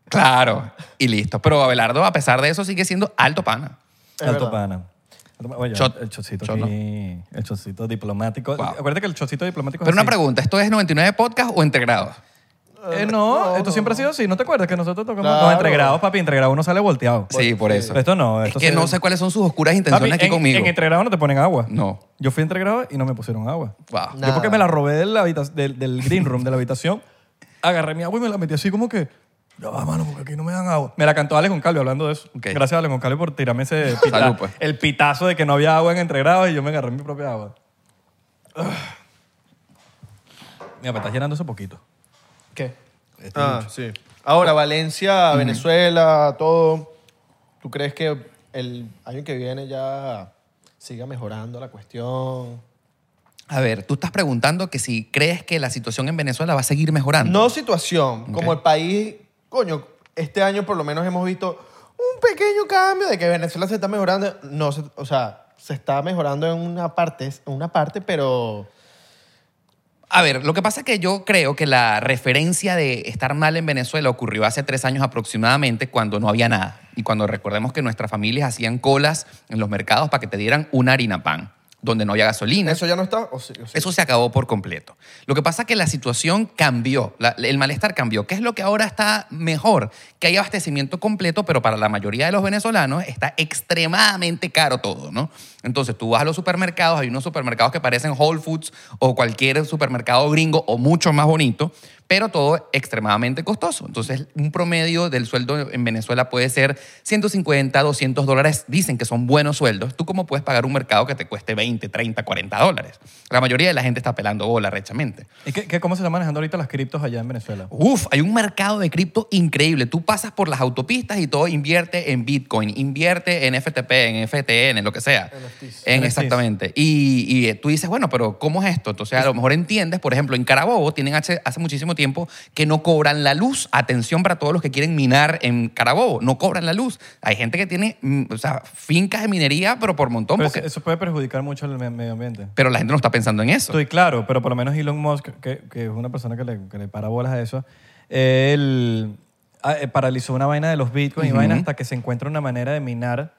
B: Claro. Y listo. Pero Abelardo, a pesar de eso, sigue siendo alto pana.
A: Es
C: Alto
A: verdad.
C: pana. Alto pa- Oye,
B: Shot.
C: el chocito
B: Shot,
C: aquí, el chocito diplomático.
B: Wow.
C: Acuérdate que el chocito diplomático es
B: Pero una
C: así.
B: pregunta, ¿esto es 99 podcast o integrado?
C: Eh, no,
A: No,
C: esto
A: no,
C: siempre ha sido así. ¿No te acuerdas que nosotros tocamos?
A: Claro.
C: No, entregrado, papi. Entregrado uno sale volteado.
B: Sí, por eso.
C: Esto Pues no.
B: Es
C: esto
B: que
C: sí-
B: no sé cuáles son sus oscuras
C: Papi,
B: intenciones aquí
C: en,
B: conmigo.
C: en entregrado no te ponen agua.
B: No.
C: Yo fui entregrado y no me pusieron agua.
B: Wow.
A: No.
C: Yo porque
A: Nada.
C: me la robé de la habita- del, del green room, de la habitación, agarré mi agua y me la metí así como que, ya va, mano, porque aquí no me dan agua. Me la cantó Alex Goncalves hablando de eso.
B: Ok.
C: Gracias, Alex Goncalves, por tirarme ese pita-
B: Salud, pues.
C: el pitazo de que no había agua en entregrado y yo me agarré mi propia agua. Ugh. Mira, me estás llenando eso poquito.
A: ¿Qué?
B: Este,
A: Ah, sí.
B: Oh.
A: Ahora, Valencia, Venezuela, todo. ¿Tú crees que el año que viene ya siga mejorando la cuestión?
B: A ver, tú estás preguntando que si crees que la situación en Venezuela va a seguir mejorando.
A: No situación, como
B: Ok.
A: el país, coño, este año por lo menos hemos visto un pequeño cambio de que Venezuela se está mejorando. No, se- o sea, se está mejorando en una parte, en una parte, pero...
B: A ver, lo que pasa es que yo creo que la referencia de estar mal en Venezuela ocurrió hace tres años aproximadamente cuando no había nada. Y cuando recordemos que nuestras familias hacían colas en los mercados para que te dieran una harina pan, donde no había gasolina.
A: ¿Eso ya no está? ¿O sí, o sí?
B: Eso se acabó por completo. Lo que pasa es que la situación cambió, la- el malestar cambió. ¿Qué es lo que ahora está mejor? Que hay abastecimiento completo, pero para la mayoría de los venezolanos está extremadamente caro todo, ¿no? Entonces tú vas a los supermercados, hay unos supermercados que parecen Whole Foods o cualquier supermercado gringo o mucho más bonito, pero todo extremadamente costoso. Entonces un promedio del sueldo en Venezuela puede ser 150, 200 dólares. Dicen que son buenos sueldos. ¿Tú cómo puedes pagar un mercado que te cueste 20, 30, 40 dólares? La mayoría de la gente está pelando bola rechamente.
C: ¿Y qué, qué- cómo se están manejando ahorita las criptos allá en Venezuela?
B: Uf, hay un mercado de cripto increíble. Tú pasas por las autopistas y todo invierte en Bitcoin, invierte en FTP, en FTN, en lo que sea.
A: NFTs.
B: En
C: NFTs.
B: exactamente. Y, y, eh, tú dices, bueno, pero ¿cómo es esto? Entonces, a lo mejor entiendes, por ejemplo, en Carabobo tienen hace, hace muchísimo tiempo que no cobran la luz. Atención para todos los que quieren minar en Carabobo, no cobran la luz. Hay gente que tiene, mm, o sea, fincas de minería, pero por montón,
C: Pero
B: porque-
C: eso- eso puede perjudicar mucho al me- medio ambiente.
B: pero la gente no está pensando en eso.
C: Estoy claro, pero por lo menos Elon Musk, que, que es una persona que le, que le para bolas a eso, él ah, eh, paralizó una vaina de los bitcoins y
B: Ujú.
C: vaina hasta que se encuentre una manera de minar.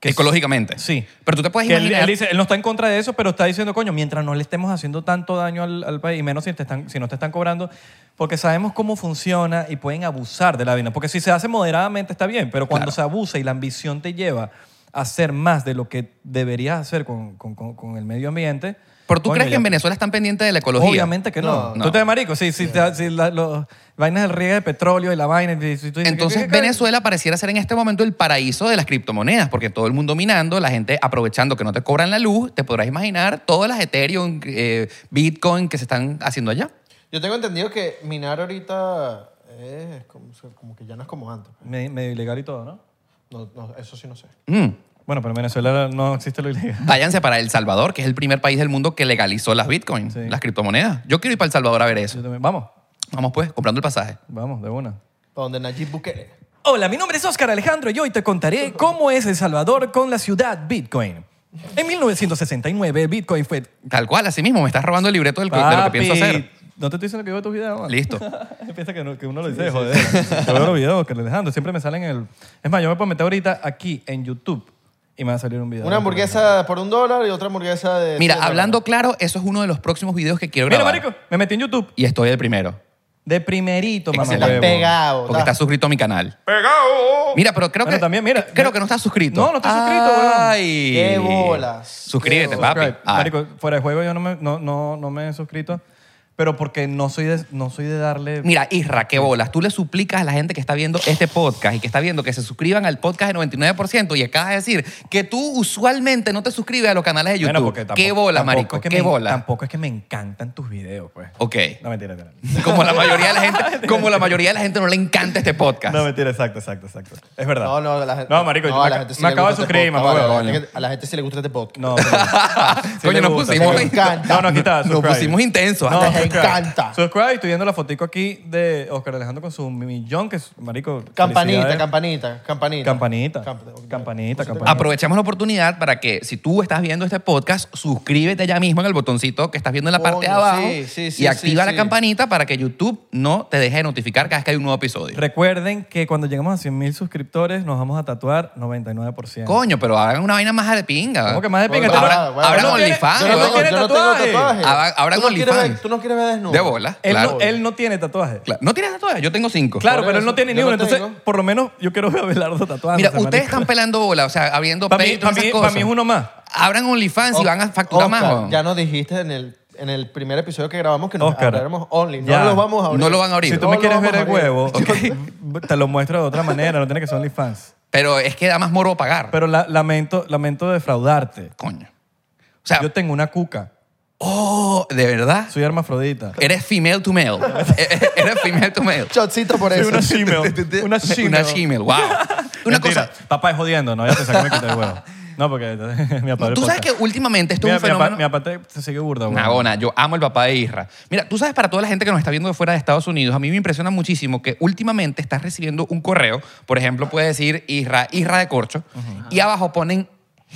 C: que-
B: Ecológicamente.
C: Sí.
B: Pero tú te puedes
C: Que él,
B: imaginar.
C: él dice, él no está en contra de eso, pero está diciendo, coño, mientras no le estemos haciendo tanto daño al, al país, y menos si, te están, si no te están cobrando, porque sabemos cómo funciona y pueden abusar de la vaina. Porque si se hace moderadamente está bien, pero cuando
B: Claro.
C: se abusa y la ambición te lleva a hacer más de lo que deberías hacer con, con- con- con el medio ambiente.
B: pero tú
C: coño,
B: crees que
C: ya-
B: en Venezuela están pendientes de la ecología.
C: Obviamente que no.
A: No,
B: no.
C: Tú te ves marico, sí, sí, te- si la- los vainas del riego de petróleo y la vaina. y si tú dices,
B: Entonces
C: ¿qué- qué- qué?
B: Venezuela pareciera ser en este momento el paraíso de las criptomonedas, porque todo el mundo minando, la gente aprovechando que no te cobran la luz, te podrás imaginar todas las Ethereum, eh, Bitcoin que se están haciendo allá.
A: Yo tengo entendido que minar ahorita es como, como que ya no es como antes.
C: Me- Medio ilegal y todo, ¿no?
A: No, no, eso sí no sé.
B: Mm.
C: Bueno, pero en Venezuela no existe lo ilegal.
B: Váyanse para El Salvador, que es el primer país del mundo que legalizó las Bitcoin,
C: Sí.
B: las criptomonedas. Yo quiero ir para El Salvador a ver
C: Yo
B: eso.
C: también- Vamos,
B: Vamos pues, comprando el pasaje.
C: vamos, de una.
A: Para donde Nayib Bukele.
C: Hola, mi nombre es Óscar Alejandro y hoy te contaré cómo es El Salvador con la ciudad Bitcoin. En 1969, Bitcoin fue...
B: Tal cual, así mismo, me estás robando el libreto del- de lo que pienso hacer.
C: No te estoy diciendo que yo veo tus videos, man.
B: Listo.
C: Piensa que, no- que uno lo dice, joder. Yo veo los videos que le dejando. Siempre me salen en el... Es más, yo me puedo meter ahorita aquí en YouTube y me va a salir un video.
A: Una hamburguesa por un dólar y otra hamburguesa de...
B: Mira,
A: cien dólares.
B: hablando claro, eso es uno de los próximos videos que quiero
C: Mira,
B: grabar.
C: marico, me metí en YouTube.
B: Y estoy el primero.
C: De primerito, mamá.
B: Excelente.
C: huevo.
A: Pegado.
B: Porque está suscrito a mi canal. Mira, pero creo
C: Bueno,
B: que.
C: también, mira.
B: Creo que no está suscrito.
C: No, no estoy suscrito, weón.
B: Ay.
A: Qué bolas.
B: Suscríbete,
A: Qué bolas.
B: papi.
C: Subscribe.
B: Ah,
C: Marico, fuera de juego yo no me, no, no, no me he suscrito, pero porque no soy de, no soy de darle...
B: Mira, Isra, qué bolas. Tú le suplicas a la gente que está viendo este podcast y que está viendo que se suscriban al podcast del 99% y acabas de decir que tú usualmente no te suscribes a los canales de YouTube.
C: Bueno, porque tampoco-
B: qué bola,
C: tampoco
B: marico.
C: es que
B: qué
C: me-
B: bola.
C: Tampoco es que me encantan tus videos, pues.
B: Ok.
C: No, mentira, mentira.
B: Como la mayoría de la gente, como la mayoría de la gente no le encanta este podcast.
C: No, mentira, exacto, exacto, exacto. Es verdad.
A: No, no, la gente.
C: No, marico, yo
A: a
C: me,
A: la
C: ac-
A: gente sí
C: me
A: le
C: acabo de
A: gusta este
C: suscribir,
A: podcast, vale,
C: mamá. huevo.
A: a la gente- A la gente sí le gusta este podcast.
C: No, pero- sí
B: Coño,
C: le
B: nos
C: gusta, sí
B: pusimos-
C: le gusta. No, no, aquí está.
B: Nos
C: subscribe.
B: pusimos intensos, hasta
A: me
C: subscribe.
A: encanta.
C: Subscribe, estoy viendo la fotico aquí de Oscar Alejandro con su millón, que es, marico,
A: Campanita,
C: felicidades.
A: campanita, campanita.
C: Campanita.
A: Camp-
C: Campanita, campanita.
B: Aprovechamos la oportunidad para que si tú estás viendo este podcast, suscríbete ya mismo en el botoncito que estás viendo en la parte de
A: Coño,
B: abajo
A: sí, sí, sí,
B: y activa
A: sí,
B: la
A: sí.
B: campanita para que YouTube no te deje de notificar cada vez que hay un nuevo episodio.
C: Recuerden que cuando lleguemos a 100 mil suscriptores nos vamos a tatuar 99%.
B: Coño, pero hagan una vaina más de pinga.
C: ¿Cómo que más de pinga?
A: Bueno,
C: Tú no-
B: Habrá-
A: bueno, bueno,
B: habrá
A: no
C: tiene-
B: OnlyFans,
A: Yo
C: ¿no
A: no tengo,
C: tiene
A: yo no tengo
C: tatuaje?
A: tatuaje.
B: Habrá- habrá
A: Tú no quieres
B: OnlyFans.
A: ver- Tú no quieres ver desnudo.
B: De bola,
C: Él,
B: claro.
C: no, él no tiene tatuaje.
B: Claro. ¿No tienes tatuajes? Yo tengo cinco.
C: Claro,
A: Por
C: pero él
A: eso,
C: no tiene
A: yo
C: ni
A: no
C: uno. Entonces,
A: tengo.
C: por lo menos yo quiero ver a Abelardo tatuado.
B: Mira, ustedes están pelando bola, o sea, abriendo
C: Para mí-
B: Patreon,
C: para
B: esas
C: mí-
B: cosas.
C: para mí es uno más.
B: Abran OnlyFans y van a facturar
A: Oscar,
B: más. weón.
A: Ya nos dijiste en el, en el primer episodio que grabamos que nos
C: Oscar,
A: habláramos Only. No
C: ya.
A: lo vamos a abrir.
B: No lo van a abrir.
C: Si tú
A: No
C: me
A: lo
C: quieres
A: vamos
C: ver
A: a
C: el
A: abrir.
C: huevo, ok, te lo muestro de otra manera, no tiene que ser OnlyFans.
B: Pero es que da más moro pagar.
C: Pero la- lamento, lamento defraudarte.
B: Coño. O sea,
C: Yo tengo una cuca,
B: oh, de verdad.
C: soy hermafrodita.
B: Eres female to male. E- Eres female to male.
A: Chocito por eso.
C: shemale.
B: Una shemale, wow. Una cosa.
C: Papá es jodiendo, no, ya pensé que me quité el huevo. No, porque mi papá
B: Tú sabes que últimamente esto
C: mi,
B: es
C: mi
B: un fenómeno.
C: papá, mi papá te- se sigue burda, huevón.
B: Nagona, yo amo el papá de Isra. Mira, tú sabes, para toda la gente que nos está viendo de fuera de Estados Unidos, a mí me impresiona muchísimo que últimamente estás recibiendo un correo, por ejemplo, puede decir Isra, Isra de Corcho, y abajo ponen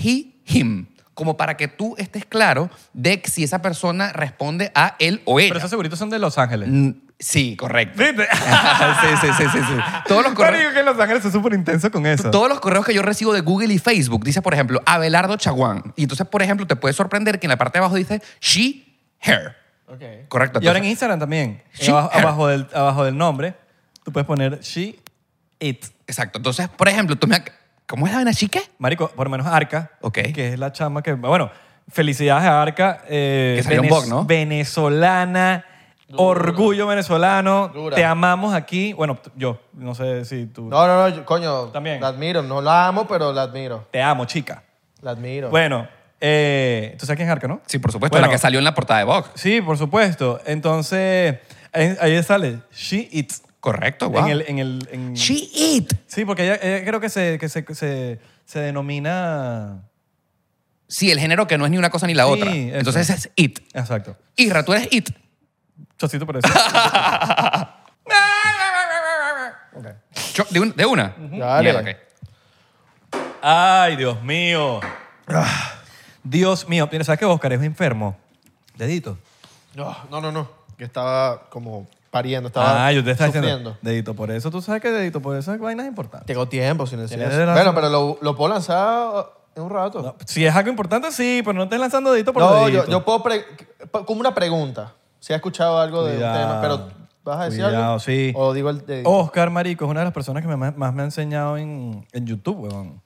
B: he, him, como para que tú estés claro de que si esa persona responde a él o
C: Pero
B: ella.
C: esos seguritos son de Los Ángeles.
B: Mm, Sí, correcto.
C: ¿Viste?
B: sí, sí, sí, sí, sí. Todos los correos.
C: Marico, que en Los Ángeles es súper intenso con eso.
B: Todos los correos que yo recibo de Google y Facebook dice, por ejemplo, Abelardo Chaguán. Y entonces, por ejemplo, te puede sorprender que en la parte de abajo dice she, her.
A: Ok.
B: Correcto.
C: Y ahora en
B: entonces-
C: Instagram también.
B: She,
C: abajo,
B: her.
C: abajo del, abajo del nombre, tú puedes poner she, it.
B: Exacto. Entonces, por ejemplo, tú me... ac- ¿Cómo es la vaina chica?
C: Marico, por lo menos Arca,
B: Ok.
C: que es la chama que... Bueno, felicidades a Arca. eh,
B: Que salió en
C: venez-
B: Vogue, ¿no?
C: Venezolana, orgullo venezolano.
A: Dura.
C: Te amamos aquí. Bueno, t- yo, no sé si tú...
A: No, no, no, yo- coño.
C: También.
A: La admiro. No la amo, pero la admiro.
C: Te amo, chica.
A: La admiro.
C: Bueno, eh, tú sabes quién es Arca, ¿no?
B: Sí, por supuesto,
C: Bueno,
B: la que salió en la portada de Vox.
C: Sí, por supuesto. Entonces, ahí, ahí sale she, it.
B: Correcto, guau.
C: En el... En el en-
B: She it.
C: Sí, porque ella, ella creo que se, que se, que se, se denomina...
B: Sí, el género que no es ni una cosa ni la
C: Sí,
B: otra.
C: eso.
B: Entonces es it.
C: Exacto.
B: Isra, tú eres it.
C: Chocito por eso.
B: Cho- ¿De, un- de una?
A: Dale.
B: Mierda, ok.
C: Ay, Dios mío. Ah, Dios mío. Mira, ¿sabes que Oscar es enfermo? Dedito.
A: No, no, no, no. Que estaba como pariendo. Estaba
C: Ah, yo te estaba
A: sufriendo.
C: diciendo. Dedito por eso. Tú sabes que dedito por eso es vaina importante.
A: Tengo tiempo sin decir
C: Tienes
A: eso.
C: razón.
A: Bueno, pero lo, lo puedo lanzar en un rato.
C: No,
A: No,
C: si es algo importante, sí, pero no estés lanzando dedito por dedito.
A: yo, yo puedo... pre- como una pregunta. Si has escuchado algo de un
C: Cuidado.
A: tema, pero... ¿Vas a decir
C: Cuidado,
A: algo?
C: sí. Oh.
A: O digo el... de-
C: Oscar Marico es una de las personas que me- más me ha enseñado en, en YouTube, weón.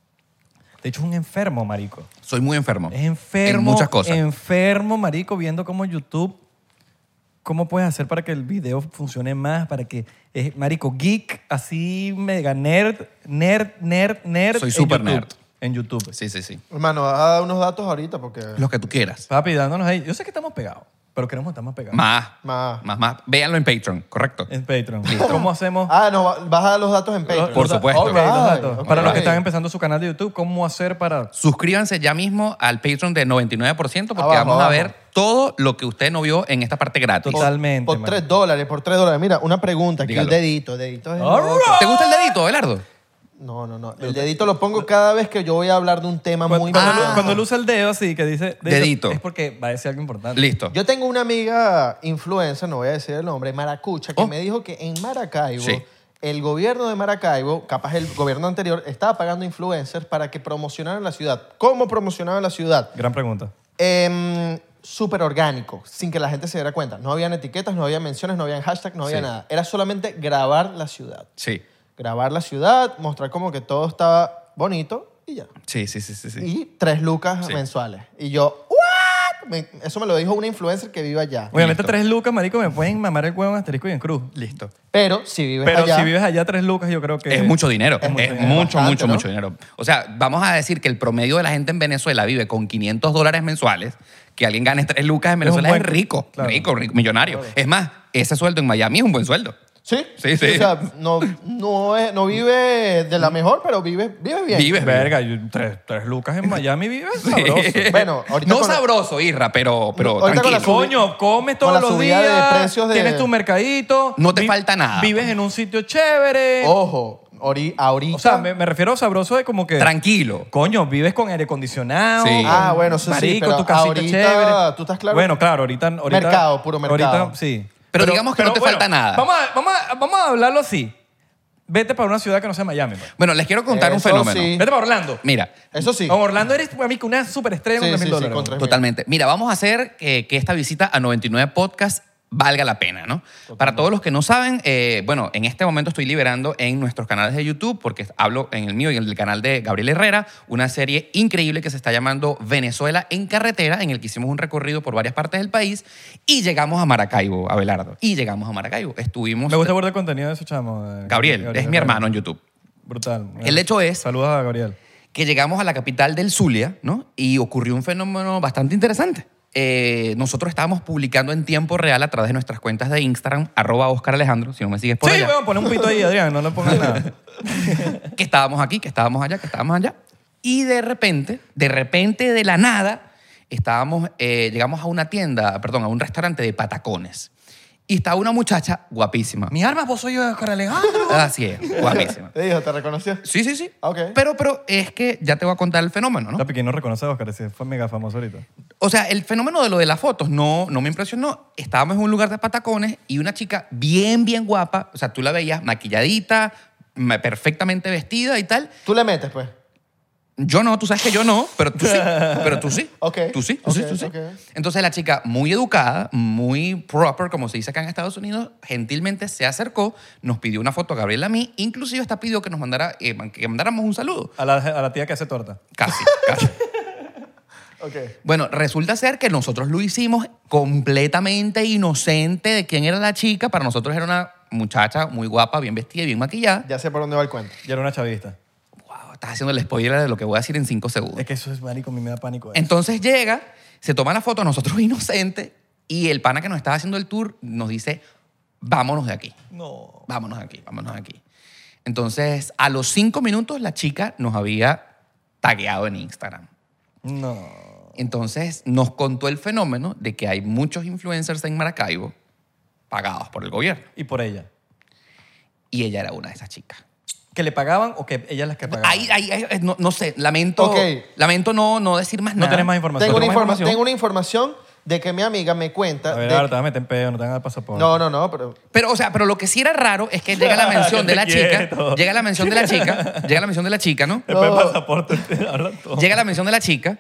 C: De hecho, es un enfermo, Marico.
B: Soy muy enfermo.
C: Es enfermo.
B: En muchas cosas.
C: Enfermo, marico, viendo cómo YouTube, cómo puedes hacer para que el video funcione más, para que, es, marico, geek, así mega nerd, nerd, nerd, nerd.
B: Soy
C: en
B: súper
C: YouTube.
B: nerd.
C: En YouTube.
B: Sí, sí, sí.
A: Hermano, vas a dar unos datos ahorita porque...
B: Lo que tú quieras.
C: Papi, dándonos ahí. Yo sé que estamos pegados, pero queremos estar más pegados.
B: Más.
A: Más.
B: Más, más. Véanlo en Patreon, correcto.
C: En Patreon. ¿Cómo hacemos?
A: Ah, no, va- vas a dar los datos en Patreon.
B: Por
A: Los da-
B: supuesto.
A: All
C: Ok, los
A: right,
C: datos.
A: all
C: Para los que
A: right.
C: están empezando su canal de YouTube, ¿cómo hacer para...?
B: Suscríbanse ya mismo al Patreon de 99% porque
A: Abajo,
B: vamos a
A: abajo.
B: ver todo lo que usted no vio en esta parte gratis.
C: Total. Totalmente,
A: Por
C: marico.
A: 3 dólares, por 3 dólares. Mira, una pregunta aquí,
B: Dígalo.
A: el dedito, dedito. es-
C: All right.
B: ¿Te gusta el dedito, Belardo?
A: No, no, no. El dedito lo pongo cada vez que yo voy a hablar de un tema
C: Cuando,
A: muy
C: cuando
A: importante.
C: él- cuando él usa el dedo así, que dice...
B: Dedito.
C: Es porque va a decir algo importante.
B: Listo.
A: Yo tengo una amiga influencer, no voy a decir el nombre, Maracucha, que
B: Oh.
A: me dijo que en Maracaibo,
B: Sí.
A: el gobierno de Maracaibo, capaz el gobierno anterior, estaba pagando influencers para que promocionaran la ciudad. ¿Cómo promocionaban la ciudad?
C: Gran pregunta.
A: Em, súper orgánico, sin que la gente se diera cuenta. No habían etiquetas, no había menciones, no habían hashtags, no había
B: Sí.
A: nada. Era solamente grabar la ciudad.
B: Sí.
A: Grabar la ciudad, mostrar como que todo estaba bonito y ya.
B: Sí, sí, sí, sí. sí.
A: Y tres lucas
B: Sí.
A: mensuales. Y yo, ¿what? Me- eso me lo dijo una influencer que vive allá.
C: Obviamente
B: Listo.
C: tres lucas, marico, me pueden mamar el huevo en asterisco y en cruz.
B: Listo.
A: Pero si vives
C: Pero
A: allá,
C: si vives allá tres lucas, yo creo que...
B: Es mucho dinero.
A: es
B: Es,
A: mucho dinero,
B: mucho,
A: bastante,
B: mucho,
A: ¿no?
B: mucho dinero. O sea, vamos a decir que el promedio de la gente en Venezuela vive con 500 dólares mensuales. Que alguien gane 3 lucas en Venezuela es,
C: buen-
B: rico,
C: claro.
B: rico, rico, millonario. Es más, ese sueldo en Miami es un buen sueldo.
A: ¿sí?
B: Sí, sí.
A: O sea, no, no, es- no vive de la mejor, pero vive, vive bien.
B: Vives.
C: Verga, yo- tres, tres lucas en Miami vives
B: Sí.
C: sabroso.
A: Bueno, ahorita
B: no
A: con la-
B: sabroso, Irra, pero, pero
A: Ahorita con la
B: tranquilo.
A: subi-
C: Coño, comes
A: con
C: todos
A: la
C: los
A: subida
C: días,
A: de precios de-
C: tienes tu mercadito.
B: No te
C: vi-
B: falta nada. Oh,
C: Vives en un sitio chévere.
A: Ojo, ori- ahorita.
C: O sea, me, me refiero a sabroso de como que...
B: Tranquilo.
C: Coño, vives con aire acondicionado.
B: Sí.
C: con
A: Ah, bueno, eso sí,
C: marico,
A: pero
C: tu casita
A: ahorita,
C: chévere.
A: ¿tú estás claro?
C: Bueno, claro, ahorita... ahorita-
A: Mercado, puro mercado.
C: Ahorita, sí.
B: Pero digamos que no te falta nada.
C: Vamos a, vamos, a, vamos a hablarlo así. Vete para una ciudad que no sea Miami. pues.
B: Bueno, les quiero contar un
A: Eso
B: fenómeno.
A: sí.
C: Vete para Orlando.
B: Mira,
A: eso sí.
C: En Orlando eres, para mí, que una superestrella
A: Sí,
C: con 3
A: sí,
C: mil
A: sí,
C: dólares.
A: con
C: ¿no?
A: tres mil.
B: Totalmente. Mira, vamos a hacer eh, que, que esta visita a 99 Podcast valga la pena, ¿no? Para todos los que no saben, eh, bueno, en este momento estoy liberando en nuestros canales de YouTube, porque hablo en el mío y en el canal de Gabriel Herrera, una serie increíble que se está llamando Venezuela en carretera, en el que hicimos un recorrido por varias partes del país y llegamos a Maracaibo, Abelardo. Y llegamos a Maracaibo. Estuvimos...
C: Me gusta guardar el contenido de esos chamos. eh,
B: Gabriel, es mi hermano en YouTube.
C: Brutal.
B: El hecho es-
C: Saludos a Gabriel.
B: que llegamos a la capital del Zulia, ¿no? Y ocurrió un fenómeno bastante interesante. Eh, nosotros estábamos publicando en tiempo real a través de nuestras cuentas de Instagram, arroba Oscar Alejandro, si no me sigues por
C: sí,
B: allá,
C: weón, pon un pito ahí, Adrián, no le pongas nada.
B: que estábamos aquí, que estábamos allá, que estábamos allá. Y de repente, de repente, de la nada, estábamos, eh, llegamos a una tienda, perdón, a un restaurante de patacones. Y estaba una muchacha guapísima.
C: Mi arma, vos soy yo, Oscar Alejandro.
B: Así es, guapísima.
A: Te dijo, te reconoció.
B: Sí, sí, sí.
A: Ok.
B: Pero, pero es que ya te voy a contar el fenómeno, ¿no?
C: La pequeña no reconoce a Oscar, ese fue mega famoso ahorita.
B: O sea, el fenómeno de lo de las fotos no, no me impresionó. Estábamos en un lugar de patacones y una chica bien, bien guapa, o sea, tú la veías maquilladita, ma- perfectamente vestida y tal.
A: Tú le metes, pues.
B: Yo no, tú sabes que yo no, pero tú sí, pero tú sí.
A: Ok,
B: Tú sí, tú sí,
A: ok,
B: tú sí.
A: ok.
B: Entonces la chica, muy educada, muy proper, como se dice acá en Estados Unidos, gentilmente se acercó, nos pidió una foto a Gabriela a mí, inclusive hasta pidió que nos mandara, eh, que mandáramos un saludo.
C: A la, a la tía que hace torta.
B: Casi, casi.
A: Ok.
B: Bueno, resulta ser que nosotros lo hicimos completamente inocente de quién era la chica. Para nosotros era una muchacha muy guapa, bien vestida y bien maquillada.
A: Ya sé por dónde va el cuento.
C: Y era una chavista.
B: Wow, estás haciendo el spoiler de lo que voy a decir en cinco segundos.
C: Es que eso es marico, a mí me da pánico. eso.
B: Entonces llega, se toma la foto, nosotros inocentes, y el pana que nos estaba haciendo el tour nos dice, vámonos de aquí,
C: No.
B: vámonos de aquí, vámonos de aquí. Entonces, a los cinco minutos la chica nos había tagueado en Instagram.
C: No.
B: Entonces nos contó el fenómeno de que hay muchos influencers en Maracaibo pagados por el gobierno.
C: Y por ella.
B: Y ella era una de esas chicas.
C: ¿Que le pagaban o que ella las que pagaban?
B: Ahí, ahí, ahí, no, no sé, lamento,
A: Ok.
B: lamento no, no decir más
C: No
B: nada.
C: tenés más información.
A: Tengo una,
C: ¿Tengo
A: informa-
C: información?
A: tengo una información de que mi amiga me cuenta.
C: A ver,
A: de-
C: ahora te van a meter en pedo, no te van a dar pasaporte.
A: no, no, no, pero.
B: Pero, o sea, pero lo que sí era raro es que llega la mención de la
C: Te
B: chica,
C: quieto.
B: llega la mención de la chica, llega la mención de la chica, ¿no?
C: Después
A: No.
C: pasaporte, te hablan todo.
B: Llega la mención de la chica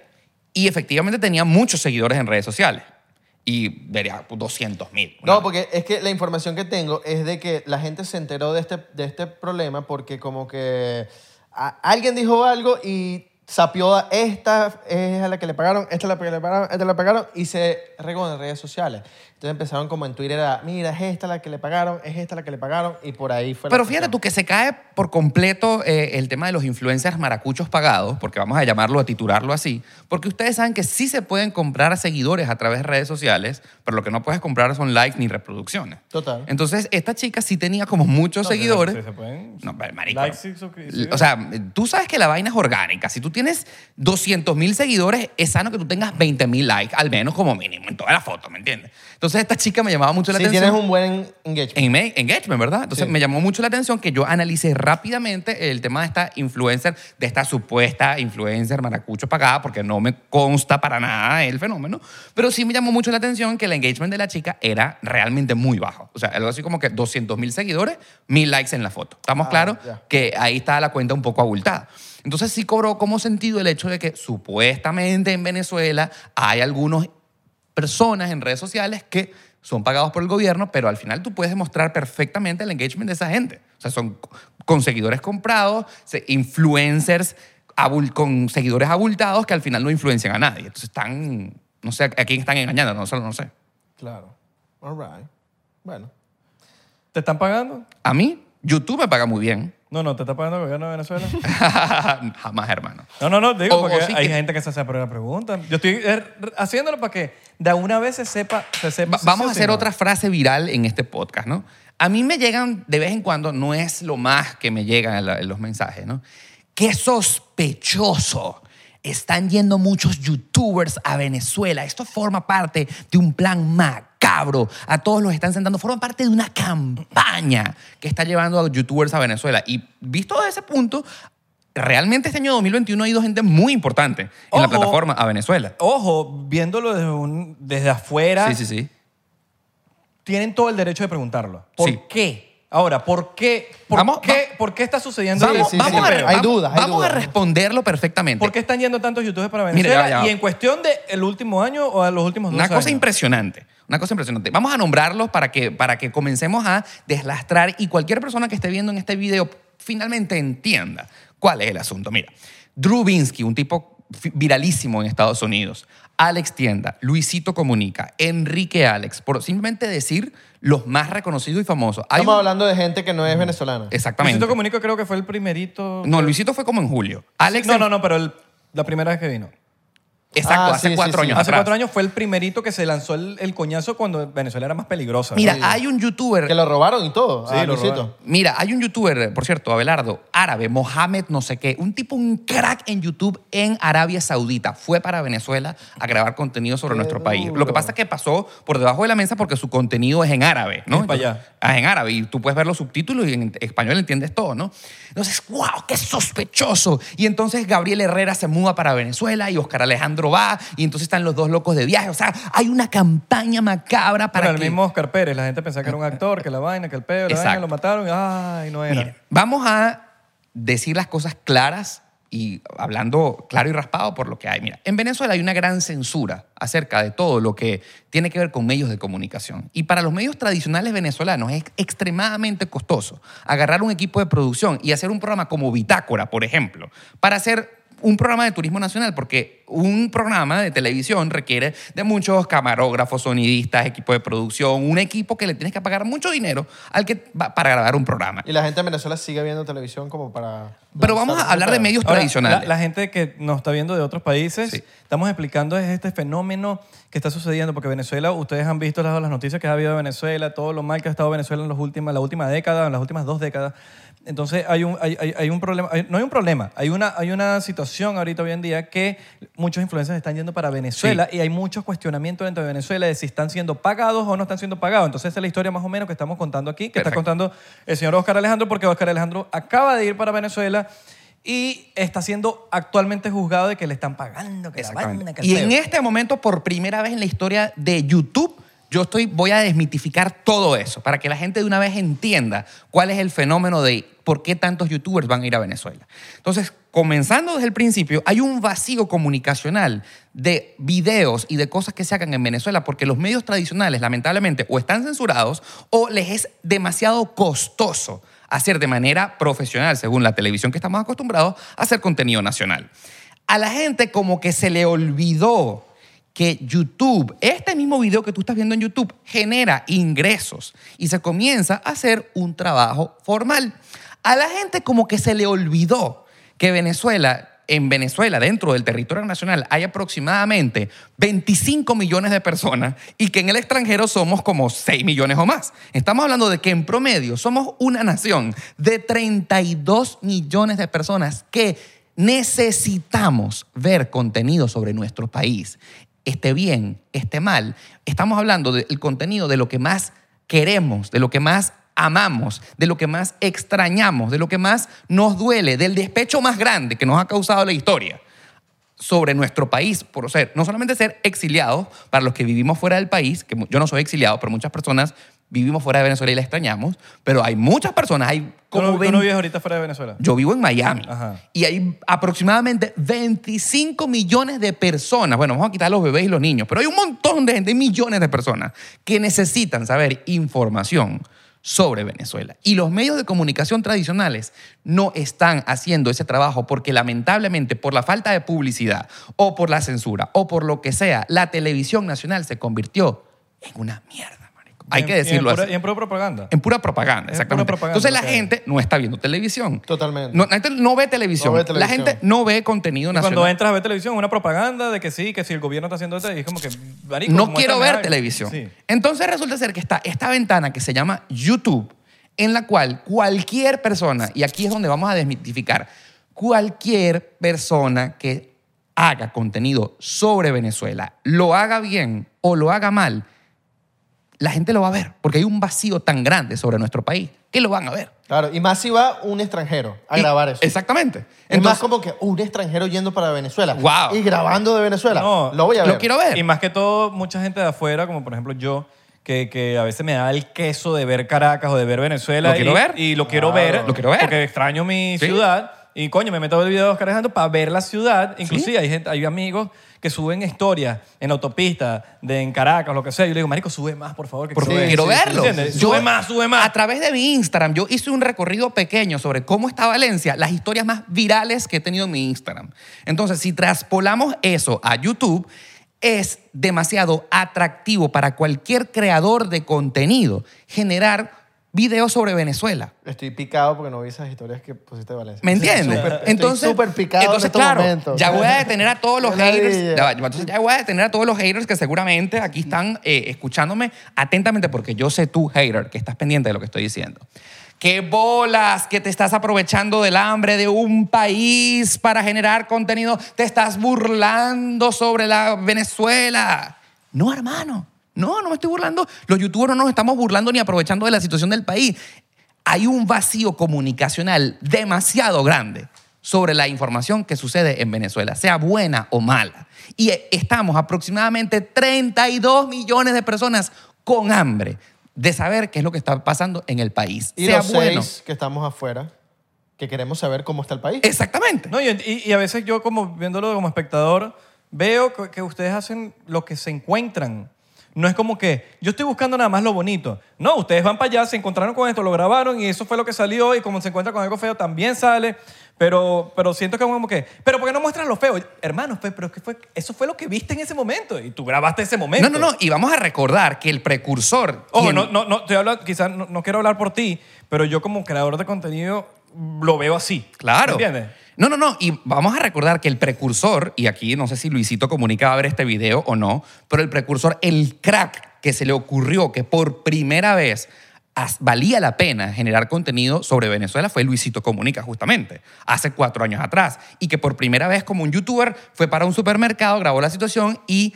B: y efectivamente tenía muchos seguidores en redes sociales. Y vería 200 mil.
A: No, porque es que la información que tengo es de que la gente se enteró de este, de este problema porque como que a- alguien dijo algo y sapió a esta es a la que le pagaron, esta es la que le pagaron, esta la pagaron y se regó en redes sociales. Entonces empezaron como en Twitter a, mira, es esta la que le pagaron, es esta la que le pagaron y por ahí fue. la
B: Pero fíjate
A: cuestión.
B: tú que se cae por completo eh, el tema de los influencers maracuchos pagados, porque vamos a llamarlo, a titularlo así, porque ustedes saben que sí se pueden comprar seguidores a través de redes sociales, pero lo que no puedes comprar son likes ni reproducciones.
A: Total.
B: Entonces, esta chica sí tenía como muchos seguidores.
C: Sí, se pueden.
B: No, pero, marico.
C: Likes y suscripciones.
B: O sea, tú sabes que la vaina es orgánica. Si tú tienes 200 mil seguidores, es sano que tú tengas 20 mil likes, al menos como mínimo, en toda la foto, ¿me entiendes? Entonces, esta chica me llamaba mucho la
A: Sí,
B: atención.
A: tienes un buen engagement.
B: En me- engagement, ¿verdad? Entonces
A: Sí.
B: me llamó mucho la atención que yo analicé rápidamente el tema de esta influencer, de esta supuesta influencer maracucho pagada, porque no me consta para nada el fenómeno, pero sí me llamó mucho la atención que el engagement de la chica era realmente muy bajo. O sea, algo así como que 200 mil seguidores, mil likes en la foto. ¿Estamos
A: Ah,
B: claros?
A: ya.
B: Que ahí está la cuenta un poco abultada. Entonces sí cobró como sentido el hecho de que supuestamente en Venezuela hay algunos personas en redes sociales que son pagados por el gobierno, pero al final tú puedes demostrar perfectamente el engagement de esa gente. O sea, son co- con seguidores comprados, se- influencers abul- con seguidores abultados que al final no influencian a nadie. Entonces están, no sé, a quién están engañando, no, solo no sé.
C: Claro.
A: All right. Bueno.
C: ¿Te están pagando?
B: A mí, YouTube me paga muy bien.
C: No, no, ¿te está pagando el gobierno de Venezuela?
B: Jamás, hermano.
C: No, no, no, digo,
B: O-
C: porque
B: o sí
C: hay
B: que-
C: gente que se hace pero la pregunta. Yo estoy eh, haciéndolo para que de una vez se sepa. Se sepa
B: Va-
C: si
B: vamos
C: sí
B: a
C: o si
B: hacer
C: no.
B: otra frase viral en este podcast, ¿no? A mí me llegan de vez en cuando, no es lo más que me llegan en la- en los mensajes, ¿no? Qué sospechoso. Están yendo muchos youtubers a Venezuela. Esto forma parte de un plan macabro. A todos los están sentando. Forma parte de una campaña que está llevando a youtubers a Venezuela. Y visto desde ese punto, realmente este año 2021 ha ido gente muy importante en la
C: Ojo.
B: plataforma a Venezuela.
C: Ojo, viéndolo desde, un- desde afuera,
B: Sí, sí, sí.
C: tienen todo el derecho de preguntarlo. ¿Por
B: Sí.
C: qué? Ahora, ¿por qué? ¿Por,
B: Vamos,
C: qué, ¿por qué está sucediendo
B: Vamos,
A: sí,
B: vamos
A: sí,
B: a,
A: pero-
B: vamos-
A: hay dudas, hay
B: vamos a
A: dudas.
B: responderlo perfectamente.
C: ¿Por qué están yendo tantos youtubers para
B: Mira, ya,
C: Venezuela?
B: ya.
C: Y en cuestión del último año o a los últimos dos
B: una cosa
C: años?
B: impresionante. Una cosa impresionante. Vamos a nombrarlos para que, para que comencemos a deslastrar y cualquier persona que esté viendo en este video finalmente entienda cuál es el asunto. Mira, Drew Binsky, un tipo fi- viralísimo en Estados Unidos. Alex Tienda, Luisito Comunica, Enrique Alex, por simplemente decir los más reconocidos y famosos. Hay
A: Estamos
B: un-
A: hablando de gente que no es venezolana.
B: Exactamente.
C: Luisito Comunica creo que fue el primerito.
B: No, Luisito fue como en julio. Alex,
C: no, no, no, pero el- la primera vez que vino.
B: Exacto,
A: Ah,
B: hace
A: sí, sí,
B: cuatro
A: sí.
B: años
C: Hace
B: atrás.
C: cuatro años fue el primerito que se lanzó el, el coñazo cuando Venezuela era más peligrosa. ¿no?
B: Mira, hay un youtuber
A: Que lo robaron y todo.
C: Sí,
A: a
C: lo
A: Luisito.
C: robaron.
B: Mira, hay un youtuber, por cierto, Abelardo, árabe, Mohamed no sé qué, un tipo, un crack en YouTube en Arabia Saudita. Fue para Venezuela a grabar contenido sobre
A: Qué
B: nuestro país. Lo que
A: duro.
B: pasa es que pasó por debajo de la mesa porque su contenido es en árabe, ¿no?
C: Es para allá.
B: Entonces, Ah, en árabe y tú puedes ver los subtítulos y en español entiendes todo, ¿no? Entonces, wow, qué sospechoso. Y entonces Gabriel Herrera se muda para Venezuela y Oscar Alejandro va y entonces están los dos locos de viaje. O sea, hay una campaña macabra para
C: Bueno, el
B: que...
C: mismo Oscar Pérez, la gente pensaba que era un actor, que la vaina, que el pedo, la
B: Exacto.
C: vaina, lo mataron, y, ay, no era.
B: Miren, vamos a decir las cosas claras y hablando claro y raspado por lo que hay. Mira, en Venezuela hay una gran censura acerca de todo lo que tiene que ver con medios de comunicación. Y para los medios tradicionales venezolanos es extremadamente costoso agarrar un equipo de producción y hacer un programa como Bitácora, por ejemplo, para hacer un programa de turismo nacional, porque un programa de televisión requiere de muchos camarógrafos, sonidistas, equipo de producción, un equipo que le tienes que pagar mucho dinero al que va- para grabar un programa.
A: Y la gente en Venezuela sigue viendo televisión como para...
B: Pero vamos a hablar de medios
C: Ahora,
B: tradicionales.
C: La, la gente que nos está viendo de otros países,
B: Sí.
C: estamos explicando es este fenómeno que está sucediendo, porque Venezuela, ustedes han visto las, las noticias que ha habido de Venezuela, todo lo mal que ha estado Venezuela en, los últimos, la última década, en las últimas dos décadas. Entonces hay un, hay, hay- hay un problema, hay- no hay un problema, hay una, hay una situación ahorita hoy en día que muchos influencers están yendo para Venezuela y hay muchos cuestionamientos dentro de Venezuela de si están siendo pagados o no están siendo pagados. Entonces esa es la historia más o menos que estamos contando aquí, que está
B: Perfecto.
C: contando el señor Oscar Alejandro, porque Oscar Alejandro acaba de ir para Venezuela y está siendo actualmente juzgado de que le están pagando, que la vaina, que el
B: Y en
C: pedo.
B: este momento, por primera vez en la historia de YouTube, yo estoy, voy a desmitificar todo eso para que la gente de una vez entienda cuál es el fenómeno de por qué tantos youtubers van a ir a Venezuela. Entonces, comenzando desde el principio, hay un vacío comunicacional de videos y de cosas que se hagan en Venezuela porque los medios tradicionales, lamentablemente, o están censurados o les es demasiado costoso hacer de manera profesional, según la televisión que estamos acostumbrados, hacer contenido nacional a la gente como que se le olvidó que YouTube, este mismo video que tú estás viendo en YouTube, genera ingresos y se comienza a hacer un trabajo formal. A la gente como que se le olvidó que Venezuela, en Venezuela, dentro del territorio nacional, hay aproximadamente 25 millones de personas y que en el extranjero somos como 6 millones o más. Estamos hablando de que en promedio somos una nación de 32 millones de personas que Necesitamos ver contenido sobre nuestro país. Esté bien, esté mal. Estamos hablando del contenido de lo que más queremos, de lo que más amamos, de lo que más extrañamos, de lo que más nos duele, del despecho más grande que nos ha causado la historia sobre nuestro país por ser, no solamente ser exiliados para los que vivimos fuera del país, que mu- yo no soy exiliado, pero muchas personas vivimos fuera de Venezuela y la extrañamos, pero hay muchas personas, hay
C: ¿Tú
B: como
C: no, tú
B: ven-
C: no vives ahorita fuera de Venezuela?
B: yo vivo en Miami
C: Ajá.
B: y hay aproximadamente 25 millones de personas. Bueno, vamos a quitar los bebés y los niños, pero hay un montón de gente, hay millones de personas que necesitan saber información sobre Venezuela. Y los medios de comunicación tradicionales no están haciendo ese trabajo porque lamentablemente por la falta de publicidad o por la censura o por lo que sea, la televisión nacional se convirtió en una mierda, marico. Hay
C: Y
B: que
C: en- y en
B: decirlo
C: pura-
B: así.
C: Y en pura propaganda.
B: En pura propaganda,
C: En
B: exactamente.
C: pura propaganda,
B: Entonces la
C: ok.
B: gente no está viendo televisión.
A: Totalmente.
B: No, la gente no ve televisión.
A: No ve televisión.
B: La gente no ve contenido
C: Y Cuando
B: nacional.
C: entras a ver televisión, una propaganda de que sí, que si el gobierno está haciendo esto, y es como que. marico,
B: No
C: muéstrame
B: quiero ver
C: algo.
B: televisión.
C: Sí.
B: Entonces resulta ser que está esta ventana que se llama YouTube, en la cual cualquier persona, y aquí es donde vamos a desmitificar, cualquier persona que haga contenido sobre Venezuela, lo haga bien o lo haga mal, la gente lo va a ver, porque hay un vacío tan grande sobre nuestro país que lo van a ver.
A: Claro, y más si va un extranjero a
B: Y-
A: grabar eso.
B: Exactamente.
A: Es más como que un extranjero yendo para Venezuela
B: Wow.
A: y grabando de Venezuela.
C: No,
A: lo voy a ver.
B: lo quiero ver.
C: Y más que todo, mucha gente de afuera, como por ejemplo yo, que, que a veces me da el queso de ver Caracas o de ver Venezuela.
B: Lo
C: y,
B: quiero ver.
C: Y lo quiero
A: Claro.
C: ver.
B: Lo quiero ver.
C: Porque extraño mi
B: Sí.
C: ciudad. Y coño, me meto a ver el video de Oscar Alejandro para ver la ciudad. Inclusive hay, gente, hay amigos que suben historias en autopista, de en Caracas, lo que sea. Yo le digo, marico, sube más, por favor. Que
B: Porque
A: Sí,
B: quiero
A: sí,
B: verlo.
A: sí,
C: ¿Entiendes? Sube más, sube más.
B: A través de mi Instagram, yo hice un recorrido pequeño sobre cómo está Valencia, las historias más virales que he tenido en mi Instagram. Entonces, si traspolamos eso a YouTube, es demasiado atractivo para cualquier creador de contenido generar videos sobre Venezuela.
A: Estoy picado porque no vi esas historias que pusiste de Valencia.
B: ¿Me entiendes?
A: Súper- estoy
B: entonces,
A: súper picado
B: entonces,
A: en estos
B: claro,
A: momentos.
B: ya voy a detener a todos los
A: Qué ladilla.
B: haters. Ya va, entonces ya voy a detener a todos los haters que seguramente aquí están eh, escuchándome atentamente porque yo sé tú, hater, que estás pendiente de lo que estoy diciendo. ¡Qué bolas! Que te estás aprovechando del hambre de un país para generar contenido. Te estás burlando sobre la Venezuela. No, hermano. No, no me estoy burlando. Los youtubers no nos estamos burlando ni aprovechando de la situación del país. Hay un vacío comunicacional demasiado grande sobre la información que sucede en Venezuela, sea buena o mala. Y eh, estamos aproximadamente 32 millones de personas con hambre de saber qué es lo que está pasando en el país.
A: Y
B: sea
A: los
B: bueno.
A: seis que estamos afuera, que queremos saber cómo está el país.
B: Exactamente.
C: No, y, y- y a veces yo como viéndolo como espectador, veo que, que ustedes hacen lo que se encuentran. No es como que yo estoy buscando nada más lo bonito. No, ustedes van para allá, se encontraron con esto, lo grabaron y eso fue lo que salió y como se encuentra con algo feo también sale. Pero, pero siento que como que, pero ¿por qué no muestras lo feo? Hermano, fue- pero es que fue, eso fue lo que viste en ese momento y tú grabaste ese momento.
B: No, no, no. Y vamos a recordar que el precursor...
C: Ojo,
B: quien-
C: no, no, no, estoy hablando, quizás no, no quiero hablar por ti, pero yo como creador de contenido lo veo así.
B: Claro.
C: ¿Me entiendes?
B: No, no, no. Y vamos a recordar que el precursor, y aquí no sé si Luisito Comunica va a ver este video o no, pero el precursor, el crack que se le ocurrió que por primera vez as- valía la pena generar contenido sobre Venezuela fue Luisito Comunica, justamente, hace cuatro años atrás. Y que por primera vez como un youtuber fue para un supermercado, grabó la situación y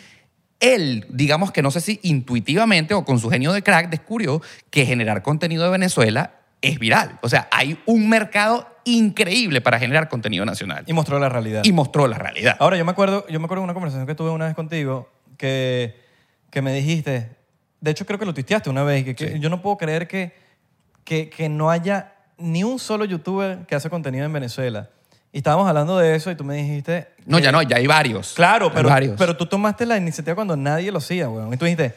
B: él, digamos que no sé si intuitivamente o con su genio de crack, descubrió que generar contenido de Venezuela es viral. O sea, hay un mercado increíble para generar contenido nacional.
C: Y mostró la realidad.
B: Y mostró la realidad.
C: Ahora, yo me acuerdo, yo me acuerdo de una conversación que tuve una vez contigo que, que me dijiste, de hecho creo que lo tuiteaste una vez, que, que yo no puedo creer que, que, que no haya ni un solo youtuber que hace contenido en Venezuela. Y estábamos hablando de eso y tú me dijiste...
B: No,
C: que-
B: ya no, ya hay varios.
C: Claro,
B: Hay
C: pero,
B: varios.
C: pero tú tomaste la iniciativa cuando nadie lo hacía, weón. Y tú dijiste,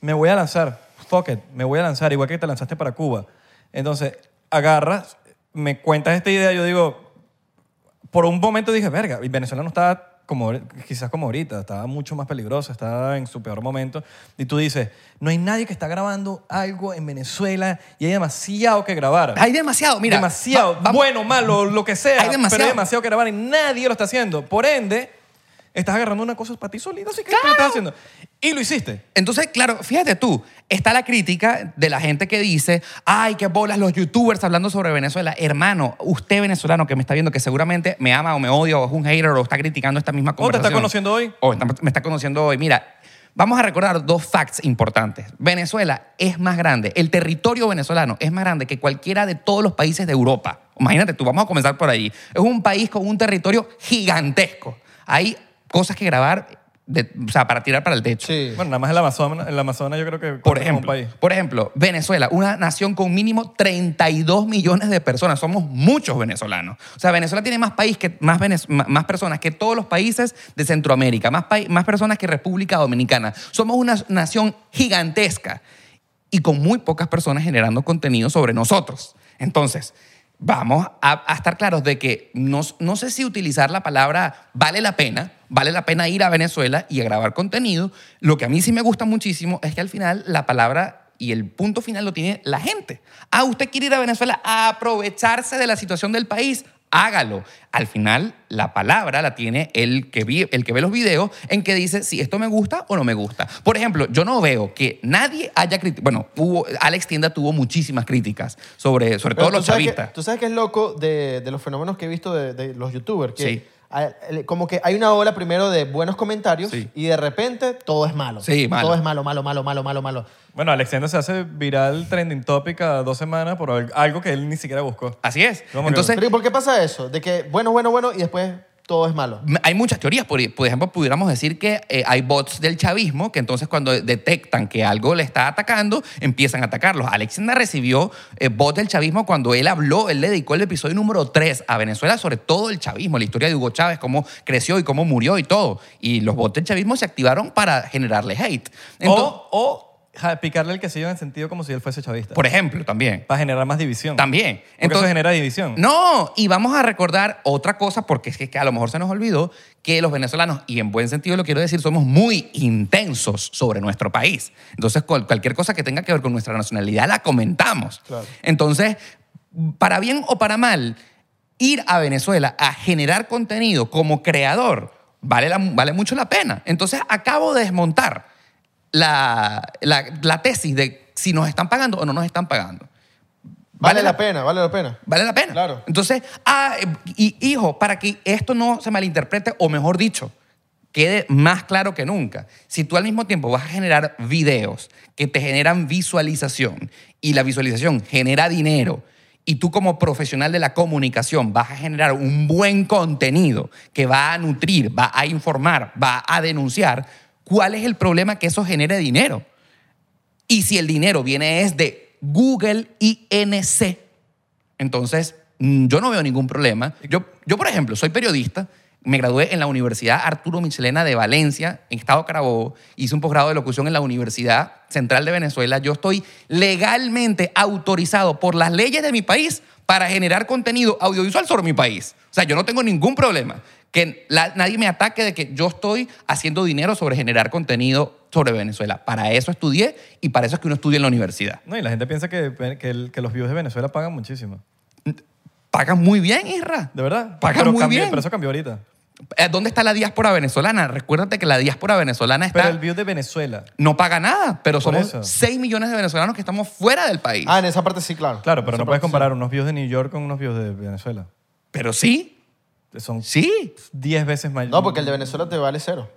C: me voy a lanzar, fuck it, me voy a lanzar, igual que te lanzaste para Cuba. Entonces, agarras, me cuentas esta idea, yo digo, por un momento dije, verga, y Venezuela no estaba como, quizás como ahorita, estaba mucho más peligrosa, estaba en su peor momento. Y tú dices, no hay nadie que está grabando algo en Venezuela y hay demasiado que grabar.
B: hay demasiado, mira.
C: demasiado,
B: va- vamos-
C: bueno, malo, lo que sea,
B: Hay demasiado.
C: pero hay demasiado que grabar y nadie lo está haciendo. Por ende, estás agarrando una cosa para ti solito, así que ¿qué lo estás haciendo. Y lo hiciste.
B: Entonces, claro, fíjate tú, está la crítica de la gente que dice, ay, qué bolas los youtubers hablando sobre Venezuela. Hermano, usted venezolano que me está viendo, que seguramente me ama o me odia o es un hater o está criticando esta misma
C: O Oh, te
B: conversación.
C: está conociendo hoy.
B: O está- me está conociendo hoy. Mira, vamos a recordar dos facts importantes. Venezuela es más grande, el territorio venezolano es más grande que cualquiera de todos los países de Europa. Imagínate tú, vamos a comenzar por ahí. Es un país con un territorio gigantesco. Hay cosas que grabar de- o sea, para tirar para el techo.
A: Sí.
C: Bueno, nada más el Amazonas, el Amazonas yo creo que
B: Por
C: cuenta como
B: ejemplo,
C: país.
B: por ejemplo, Venezuela, una nación con mínimo 32 millones de personas. Somos muchos venezolanos. O sea, Venezuela tiene más, país que, más, venez- ma- más personas que todos los países de Centroamérica, más, pai- más personas que República Dominicana. Somos una nación gigantesca y con muy pocas personas generando contenido sobre nosotros. Entonces, vamos a, a estar claros de que no, no sé si utilizar la palabra vale la pena, vale la pena ir a Venezuela y a grabar contenido. Lo que a mí sí me gusta muchísimo es que al final la palabra y el punto final lo tiene la gente. Ah, usted quiere ir a Venezuela a aprovecharse de la situación del país. Hágalo. Al final, la palabra la tiene el que, vi- el que ve los videos en que dice si esto me gusta o no me gusta. Por ejemplo, yo no veo que nadie haya criticado. Bueno, hubo, Alex Tienda tuvo muchísimas críticas sobre, sobre todo
A: Pero
B: los
A: tú sabes que-
B: chavistas.
A: Tú sabes que es loco de, de los fenómenos que he visto de, de los youtubers. Que
B: Sí.
A: a- el- como que hay una ola primero de buenos comentarios
B: Sí.
A: y de repente todo es malo.
B: Sí, malo.
A: Todo es malo, malo, malo, malo, malo, malo.
C: Bueno, Alexander se hace viral trending topic cada dos semanas por al- algo que él ni siquiera buscó.
B: Así es.
C: ¿Cómo que-
B: Entonces,
A: Pero ¿y por qué pasa eso? De que bueno, bueno, bueno y después todo es malo.
B: Hay muchas teorías. Por, por ejemplo, pudiéramos decir que eh, hay bots del chavismo que entonces cuando detectan que algo le está atacando, empiezan a atacarlos. Alexander recibió eh, bots del chavismo cuando él habló, él le dedicó el episodio número 3 a Venezuela sobre todo el chavismo, la historia de Hugo Chávez, cómo creció y cómo murió y todo. Y los bots del chavismo se activaron para generarle hate. Entonces,
C: o o ja, picarle el quesillo en el sentido como si él fuese chavista.
B: por ejemplo, también.
C: para generar más división.
B: También.
C: Porque eso genera división.
B: No, y vamos a recordar otra cosa, porque es que, que a lo mejor se nos olvidó, que los venezolanos, y en buen sentido lo quiero decir, somos muy intensos sobre nuestro país. Entonces, cual- cualquier cosa que tenga que ver con nuestra nacionalidad la comentamos.
A: Claro.
B: Entonces, para bien o para mal, ir a Venezuela a generar contenido como creador vale, la- vale mucho la pena. Entonces, acabo de desmontar la, la- la tesis de si nos están pagando o no nos están pagando.
A: Vale,
B: la
A: la pena, vale la pena.
B: Vale la pena.
A: Claro.
B: Entonces, ah, eh, y hijo, para que esto no se malinterprete, o mejor dicho, quede más claro que nunca, si tú al mismo tiempo vas a generar videos que te generan visualización y la visualización genera dinero y tú como profesional de la comunicación vas a generar un buen contenido que va a nutrir, va a informar, va a denunciar, ¿cuál es el problema que eso genere dinero? Y si el dinero viene es de Google INC, entonces mm, yo no veo ningún problema. Yo, yo por ejemplo, soy periodista, me gradué en la Universidad Arturo Michelena de Valencia, en Estado Carabobo, hice un posgrado de locución en la Universidad Central de Venezuela. Yo estoy legalmente autorizado por las leyes de mi país para generar contenido audiovisual sobre mi país. O sea, yo no tengo ningún problema. Que la- nadie me ataque de que yo estoy haciendo dinero sobre generar contenido sobre Venezuela. Para eso estudié y para eso es que uno estudia en la universidad.
C: No, y la gente piensa que, que, el- que los views de Venezuela pagan muchísimo.
B: Pagan muy bien, Isra.
C: ¿De verdad?
B: Pagan
C: pero
B: muy
C: cambió-
B: bien.
C: Pero eso cambió ahorita.
B: Eh, ¿Dónde está la diáspora venezolana? Recuérdate que la diáspora venezolana
C: Pero
A: Ah.
B: está,
C: el view de Venezuela.
B: no paga nada, pero
C: Por
B: somos
C: eso.
B: 6 millones de venezolanos que estamos fuera del país.
A: Ah, en esa parte sí, claro.
C: Claro, pero
A: En esa
C: no puedes
A: parte sí.
C: comparar unos views de New York con unos views de Venezuela.
B: Pero sí,
C: Son
B: sí.
C: 10 veces mayor.
A: No, porque el de Venezuela te vale cero.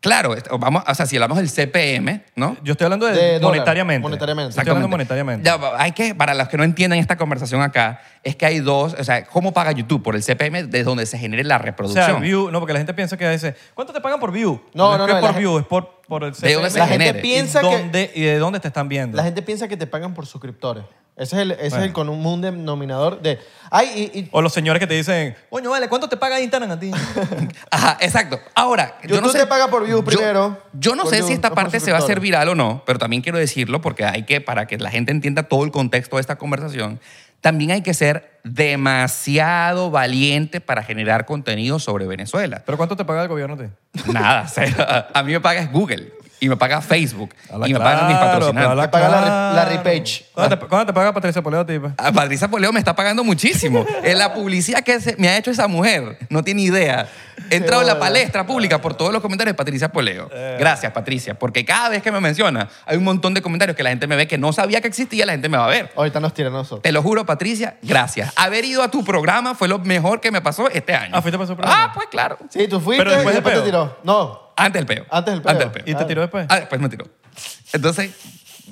B: Claro, est- vamos, o sea, si hablamos del CPM, ¿no?
C: Yo estoy hablando de,
A: De dólar,
C: monetariamente.
A: monetariamente.
C: Estoy hablando monetariamente.
B: Ya, va- hay que, para los que no entienden esta conversación acá, es que hay dos, o sea, ¿cómo paga YouTube? Por el CPM, de donde se genere la
C: o
B: reproducción.
C: sea, view, no, porque la gente piensa que dice, ¿cuánto te pagan por view?
A: No,
C: es
A: no,
C: que
A: no,
C: por
A: la
C: view, es por, por el
B: ¿De dónde
C: CPM.
B: se
A: La gente
B: genera?
A: piensa
C: ¿Y
A: que
C: dónde- ¿Y de dónde te están viendo?
A: la gente piensa que te pagan por suscriptores. Ese es el, ese es
C: Bueno.
A: el común denominador de. Ay, y, y
C: O los señores que te dicen, coño, vale, ¿cuánto te paga Instagram a ti?
B: Ajá, exacto. Ahora, yo no
A: YouTube
B: sé.
A: te paga por view
B: yo-
A: primero,
B: Yo no
A: por
B: sé
A: view,
B: si esta
A: no por
B: parte se va a hacer
A: suscriptores.
B: viral o no, pero también quiero decirlo porque hay que, para que la gente entienda todo el contexto de esta conversación, también hay que ser demasiado valiente para generar contenido sobre Venezuela.
C: ¿Pero cuánto te paga el gobierno a ti?
B: Nada, o sea, a mí me paga es Google y me paga Facebook y me pagan mis patrocinantes.
A: Te paga la re- la repage.
C: ¿Cuándo te, cuándo te paga Patricia Poleo a ti? pues?
B: A Patricia Poleo me está pagando muchísimo. Es la publicidad que se- me ha hecho esa mujer. No tiene idea. He entrado en la palestra pública por todos los comentarios de Patricia Poleo.
C: Eh.
B: Gracias, Patricia. Porque cada vez que me menciona, hay un montón de comentarios que la gente me ve que no sabía que existía, la gente me va a ver.
A: ahorita nos tiran a nosotros.
B: Te lo juro, Patricia, gracias. Haber ido a tu programa fue lo mejor que me pasó este año.
C: Ah, ¿fuiste para su programa?
B: Ah, pues claro.
A: Sí, tú fuiste
C: Pero después
A: y
C: del
A: después te
C: peo.
A: tiró. No,
B: Antes del peo.
A: Antes del peo.
B: Antes del peo.
C: ¿Y te tiró después?
B: Ah, después me tiró. Entonces,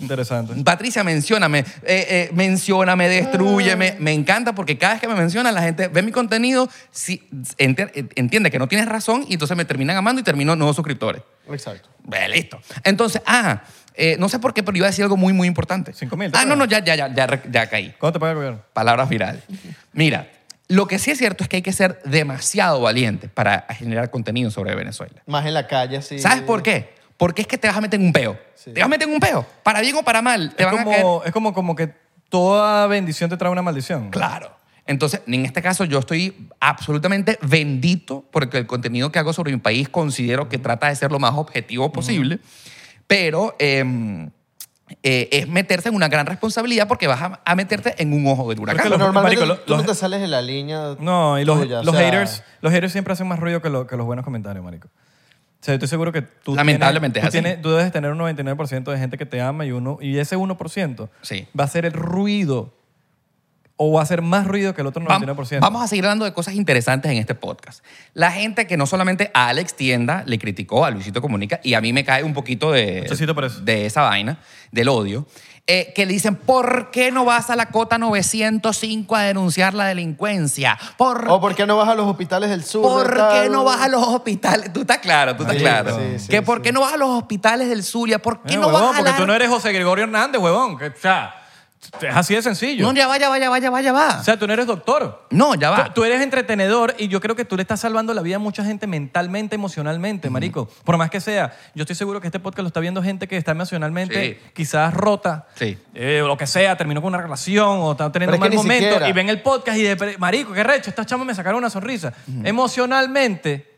C: Interesante.
B: Patricia, mencióname, eh, eh, mencióname, destruyeme.
C: Ah.
B: Me encanta porque cada vez que me mencionan, la gente ve mi contenido, sí, enti- entiende que no tienes razón y entonces me terminan amando y termino nuevos suscriptores.
A: Exacto.
B: Ve, listo. Entonces, ah, eh, no sé por qué, pero iba a decir algo muy, muy importante.
C: Cinco mil,
B: Ah, no,
C: claro.
B: no, ya, ya, ya, ya, re- ya caí.
C: ¿Cuánto te paga el gobierno?
B: Palabras virales. Mira, lo que sí es cierto es que hay que ser demasiado valiente para generar contenido sobre Venezuela.
A: Más en la calle, así.
B: ¿Sabes por qué? Porque es que te vas a meter en un peo.
A: Sí.
B: Te vas a meter en un peo. Para bien o para mal. Te
C: es,
B: van
C: como,
B: a caer.
C: es como, como que toda bendición te trae una maldición.
B: Claro. Entonces, en este caso, yo estoy absolutamente bendito porque el contenido que hago sobre mi país considero que trata de ser lo más objetivo posible, pero em, eh, es meterse en una gran responsabilidad porque vas a, a meterte en un ojo del huracán.
C: Porque
A: Pero
C: los-
A: normalmente
C: marico, los-
A: tú no
C: los-
A: te sales de la línea.
C: No, y los,
A: tuya, o
C: los
A: sea,
C: haters, los haters siempre hacen más ruido que, lo- que los buenos comentarios, marico. O sea, yo estoy seguro que tú
B: Lamentablemente
C: tienes,
B: es así.
C: tú, tienes- tú debes tener un 99% de gente que te ama y uno y ese 1%
B: Sí.
C: va a ser el ruido o va a ser más ruido que el otro
B: Vam-
C: 99%.
B: Vamos a seguir hablando de cosas interesantes en este podcast. La gente que no solamente a Alex Tienda le criticó a Luisito Comunica y a mí me cae un poquito de,
C: Muchachito por eso.
B: de esa vaina, del odio, eh, que le dicen, ¿por qué no vas a la cota 905 a denunciar la delincuencia? ¿Por,
A: ¿O por qué no vas a los hospitales del sur?
B: ¿por qué
A: tal?
B: no vas a los hospitales? Tú estás claro, tú estás
A: Sí,
B: claro.
A: sí, sí,
B: que ¿por
A: sí.
B: qué no vas a los hospitales del Zulia? ¿Por qué
C: Eh,
B: no
C: huevón,
B: vas a
C: porque
B: la...
C: tú no eres José Gregorio Hernández, huevón. que, o sea, es así de sencillo.
B: No, ya vaya, vaya, vaya, vaya, va.
C: o sea, tú no eres doctor.
B: no, ya va.
C: Tú, tú eres entretenedor y yo creo que tú le estás salvando la vida a mucha gente mentalmente, emocionalmente, marico. Por más que sea, yo estoy seguro que este podcast lo está viendo gente que está emocionalmente
B: Sí.
C: quizás rota,
B: Sí.
C: eh, o lo que sea, terminó con una relación o está teniendo
A: Pero
C: un
A: es que
C: mal
A: ni
C: momento
A: siquiera.
C: y ven el podcast y de, "Pero, marico, qué recho, estas chamas me sacaron una sonrisa. Emocionalmente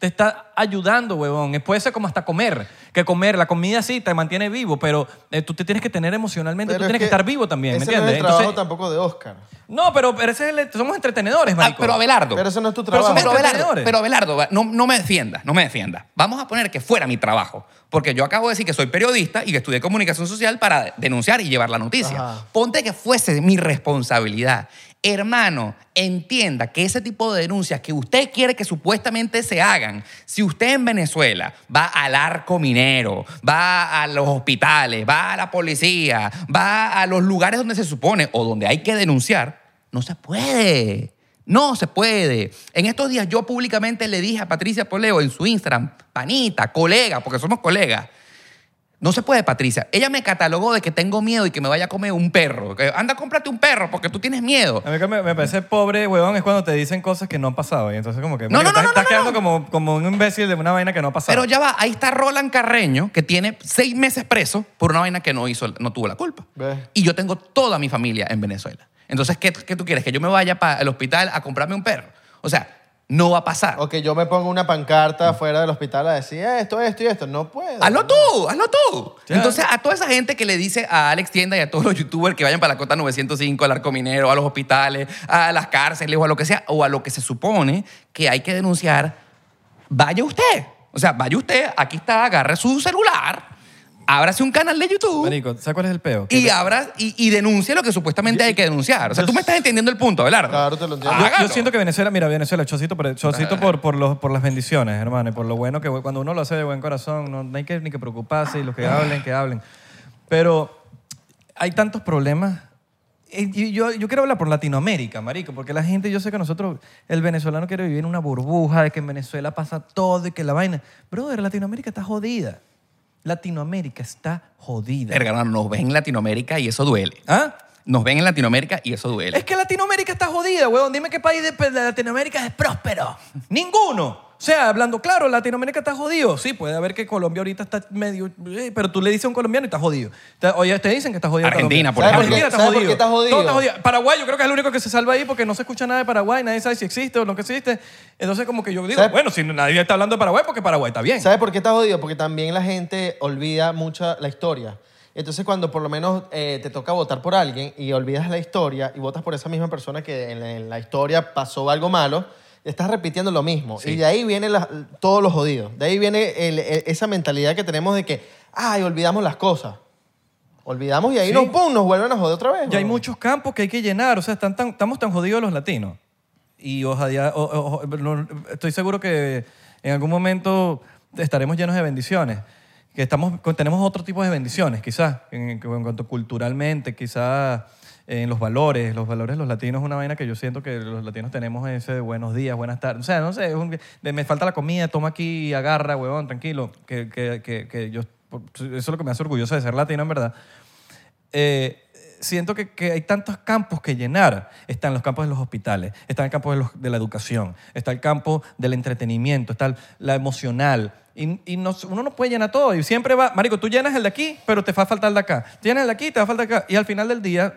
C: te está ayudando, huevón. Eh, Puede ser como hasta comer, que comer, la comida sí te mantiene vivo, pero eh, tú te tienes que tener emocionalmente,
A: Pero
C: tú
A: es
C: tienes que, estar vivo también, ¿me
A: ese No
C: entiendes?
A: es el trabajo
C: Entonces-
A: tampoco de Oscar.
C: no, pero, pero ese es el- somos entretenedores,
B: Ah,
C: marico.
B: pero Abelardo.
A: Pero eso no es tu
C: Pero
A: trabajo.
C: somos
B: Pero Abelardo,
C: Emprendedores.
B: pero Abelardo, va, no, no me defiendas, no me defiendas. Vamos a poner que fuera mi trabajo, porque yo acabo de decir que soy periodista y que estudié comunicación social para denunciar y llevar la noticia.
A: Ajá.
B: Ponte que fuese mi responsabilidad. Hermano, entienda que ese tipo de denuncias que usted quiere que supuestamente se hagan, si usted en Venezuela va al arco minero, va a los hospitales, va a la policía, va a los lugares donde se supone o donde hay que denunciar, no se puede. No se puede. En estos días yo públicamente le dije a Patricia Poleo en su Instagram, panita, colega, porque somos colegas, no se puede, Patricia. Ella me catalogó de que tengo miedo y que me vaya a comer un perro. Que, Anda, cómprate un perro porque tú tienes miedo.
C: A mí que me, me parece pobre, huevón, es cuando te dicen cosas que no han pasado. Y entonces como que
B: No, no,
C: marico,
B: no,
C: estás,
B: no,
C: estás
B: no,
C: quedando
B: no.
C: Como, como un imbécil de una vaina que no ha pasado.
B: Pero ya va, ahí está Roland Carreño, que tiene seis meses preso por una vaina que no, hizo, no tuvo la culpa.
A: Ve.
B: Y yo tengo toda mi familia en Venezuela. Entonces, ¿qué, qué tú quieres? ¿Que yo me vaya para el hospital a comprarme un perro? O sea, no va a pasar.
A: O que yo me ponga una pancarta afuera del hospital a decir "Eh, esto, esto y esto. No puedo.
B: Hazlo tú, hazlo tú.
C: Ya.
B: Entonces, a toda esa gente que le dice a Alex Tienda y a todos los youtubers que vayan para la cota 905, al arco minero, a los hospitales, a las cárceles o a lo que sea, o a lo que se supone que hay que denunciar, vaya usted. O sea, vaya usted, aquí está, agarre su celular, ábrase un canal de YouTube
C: Marico, ¿sabes cuál es el peo? Que
B: y, abra, y, y denuncie lo que supuestamente hay que denunciar. O sea, tú me estás entendiendo el punto, Abelardo.
A: Claro, te lo entiendo.
C: Yo- Yo,
B: Hágalo.
C: siento que Venezuela, mira, Venezuela, chocito por, chocito por, por, los, por las bendiciones, hermano, y por lo bueno que cuando uno lo hace de buen corazón, no, no hay que ni que preocuparse, y los que hablen, que hablen. Pero hay tantos problemas. Y- y Yo, yo quiero hablar por Latinoamérica, marico, porque la gente, yo sé que nosotros, el venezolano quiere vivir en una burbuja de que en Venezuela pasa todo y que la vaina. Brother, Latinoamérica está jodida. Latinoamérica está jodida.
B: Verga, hermano, nos ven en Latinoamérica y eso duele.
C: ¿Ah?
B: Nos ven en Latinoamérica y eso duele.
C: Es que Latinoamérica está jodida, weón. Dime qué país de, pues, de Latinoamérica es próspero. Ninguno. O sea, hablando claro, Latinoamérica está jodido. Sí, puede haber que Colombia ahorita está medio... eh, Pero tú le dices a un colombiano y está jodido. Te- Oye, te dicen que está jodido.
B: Argentina,
C: Colombia.
B: por ¿Sabes
A: ejemplo. por qué-
C: Argentina
A: sabes por
C: está jodido.
A: qué está jodido?
C: Todo está jodido. Paraguay yo creo que es el único que se salva ahí porque no se escucha nada de Paraguay. Nadie sabe si existe o no que existe. Entonces como que yo digo,
A: ¿Sabes?
C: bueno, si nadie está hablando de Paraguay, porque Paraguay está bien.
A: ¿Sabes por qué está jodido? Porque también la gente olvida mucha la historia. Entonces, cuando por lo menos eh, te toca votar por alguien y olvidas la historia y votas por esa misma persona que en la, en la historia pasó algo malo, estás repitiendo lo mismo.
B: Sí.
A: Y de ahí viene la- todos los jodidos. De ahí viene el- el- esa mentalidad que tenemos de que, ay, olvidamos las cosas. Olvidamos y ahí
C: Sí.
A: nos, pum, nos vuelven a joder otra vez.
C: Ya hay
A: ¿no?
C: muchos campos que hay que llenar. O sea, están tan- estamos tan jodidos los latinos. Y ojalá, o- o- o- no, estoy seguro que en algún momento estaremos llenos de bendiciones. que estamos, que tenemos otro tipo de bendiciones, quizás, en, en cuanto culturalmente, quizás eh, en los valores. Los valores de los latinos es una vaina que yo siento que los latinos tenemos ese de buenos días, buenas tardes. O sea, no sé, es un- de, me falta la comida, toma aquí, agarra, huevón, tranquilo. Que, que- que- que yo, por- eso es lo que me hace orgulloso de ser latino, en verdad. Eh, siento que, que hay tantos campos que llenar. Están los campos de los hospitales, está el campo de, los- de la educación, está el campo del entretenimiento, está el- la emocional. Y, y no- uno no puede llenar todo. Y siempre va, Marico, tú llenas el de aquí, pero te va a faltar el de acá. Llenas el de aquí, te va a faltar acá. Y al final del día,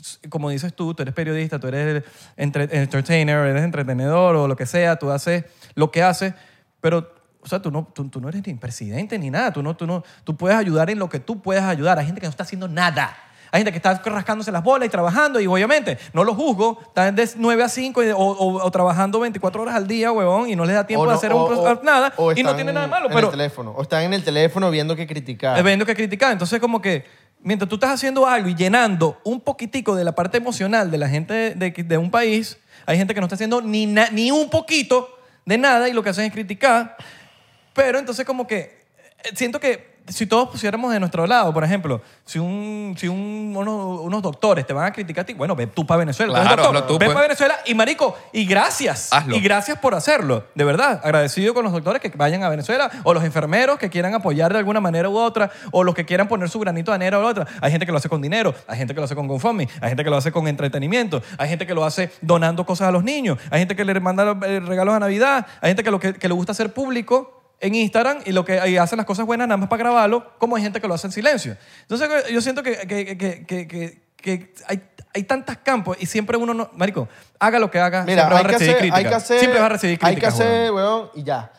C: s- como dices tú, tú eres periodista, tú eres entre- entertainer, eres entretenedor o lo que sea, tú haces lo que haces, pero o sea, tú no, tú, tú no eres ni presidente ni nada. Tú, no, tú, no, tú puedes ayudar en lo que tú puedes ayudar. Hay gente que no está haciendo nada. Hay gente que está rascándose las bolas y trabajando. Y obviamente, no lo juzgo. Están de 9 a 5 y- o, o- o trabajando 24 horas al día, huevón, y no les da tiempo
A: O
C: de
A: no-
C: hacer
A: o-
C: un pro-
A: o-
C: nada.
A: o
C: Y no
A: están
C: tiene nada de malo.
A: en
C: Pero
A: el teléfono. O están en el teléfono viendo que criticar.
C: eh, viendo que criticar. Entonces, como que mientras tú estás haciendo algo y llenando un poquitico de la parte emocional de la gente de, de- de un país, hay gente que no está haciendo ni, na- ni un poquito de nada y lo que hacen es criticar. Pero entonces, como que eh, siento que si todos pusiéramos de nuestro lado, por ejemplo, si, un, si un- unos, unos doctores te van a criticar a ti, bueno, ve tú para Venezuela.
B: Claro,
C: Tú eres
B: hazlo tú,
C: ve
B: pues.
C: para Venezuela y marico, y gracias.
B: Hazlo.
C: Y gracias por hacerlo, de verdad. Agradecido con los doctores que vayan a Venezuela o los enfermeros que quieran apoyar de alguna manera u otra o los que quieran poner su granito de arena u otra. Hay gente que lo hace con dinero, hay gente que lo hace con GoFundMe, hay gente que lo hace con entretenimiento, hay gente que lo hace donando cosas a los niños, hay gente que le manda eh, regalos a Navidad, hay gente que, lo que, que le gusta hacer público en Instagram y lo que y hacen las cosas buenas nada más para grabarlo, como hay gente que lo hace en silencio. Entonces eh, yo siento que, que- que- que- que- que hay, hay tantos campos y siempre uno no... Marico, haga lo que haga,
A: Mira,
C: Ah, siempre va
A: hay
C: a
A: que,
C: recibir
A: hacer, hay que
C: críticas.
A: hacer.
C: siempre va a recibir críticas.
A: Hay que hacer, weón, y ya.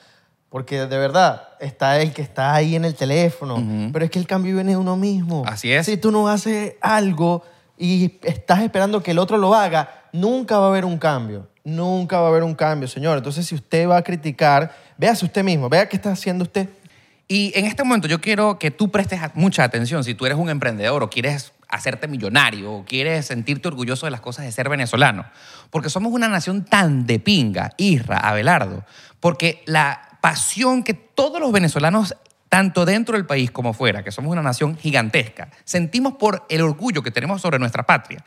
A: Porque de verdad, está el que está ahí en el teléfono. Pero es que el cambio viene de uno mismo.
B: Así es.
A: Si tú no haces algo y estás esperando que el otro lo haga, nunca va a haber un cambio. Nunca va a haber un cambio, señor. Entonces, si usted va a criticar, véase usted mismo. Vea qué está haciendo usted.
B: Y en este momento yo quiero que tú prestes a- mucha atención. Si tú eres un emprendedor o quieres hacerte millonario o quieres sentirte orgulloso de las cosas de ser venezolano, porque somos una nación tan de pinga, Isra, Abelardo, porque la pasión que todos los venezolanos tanto dentro del país como fuera, que somos una nación gigantesca, sentimos por el orgullo que tenemos sobre nuestra patria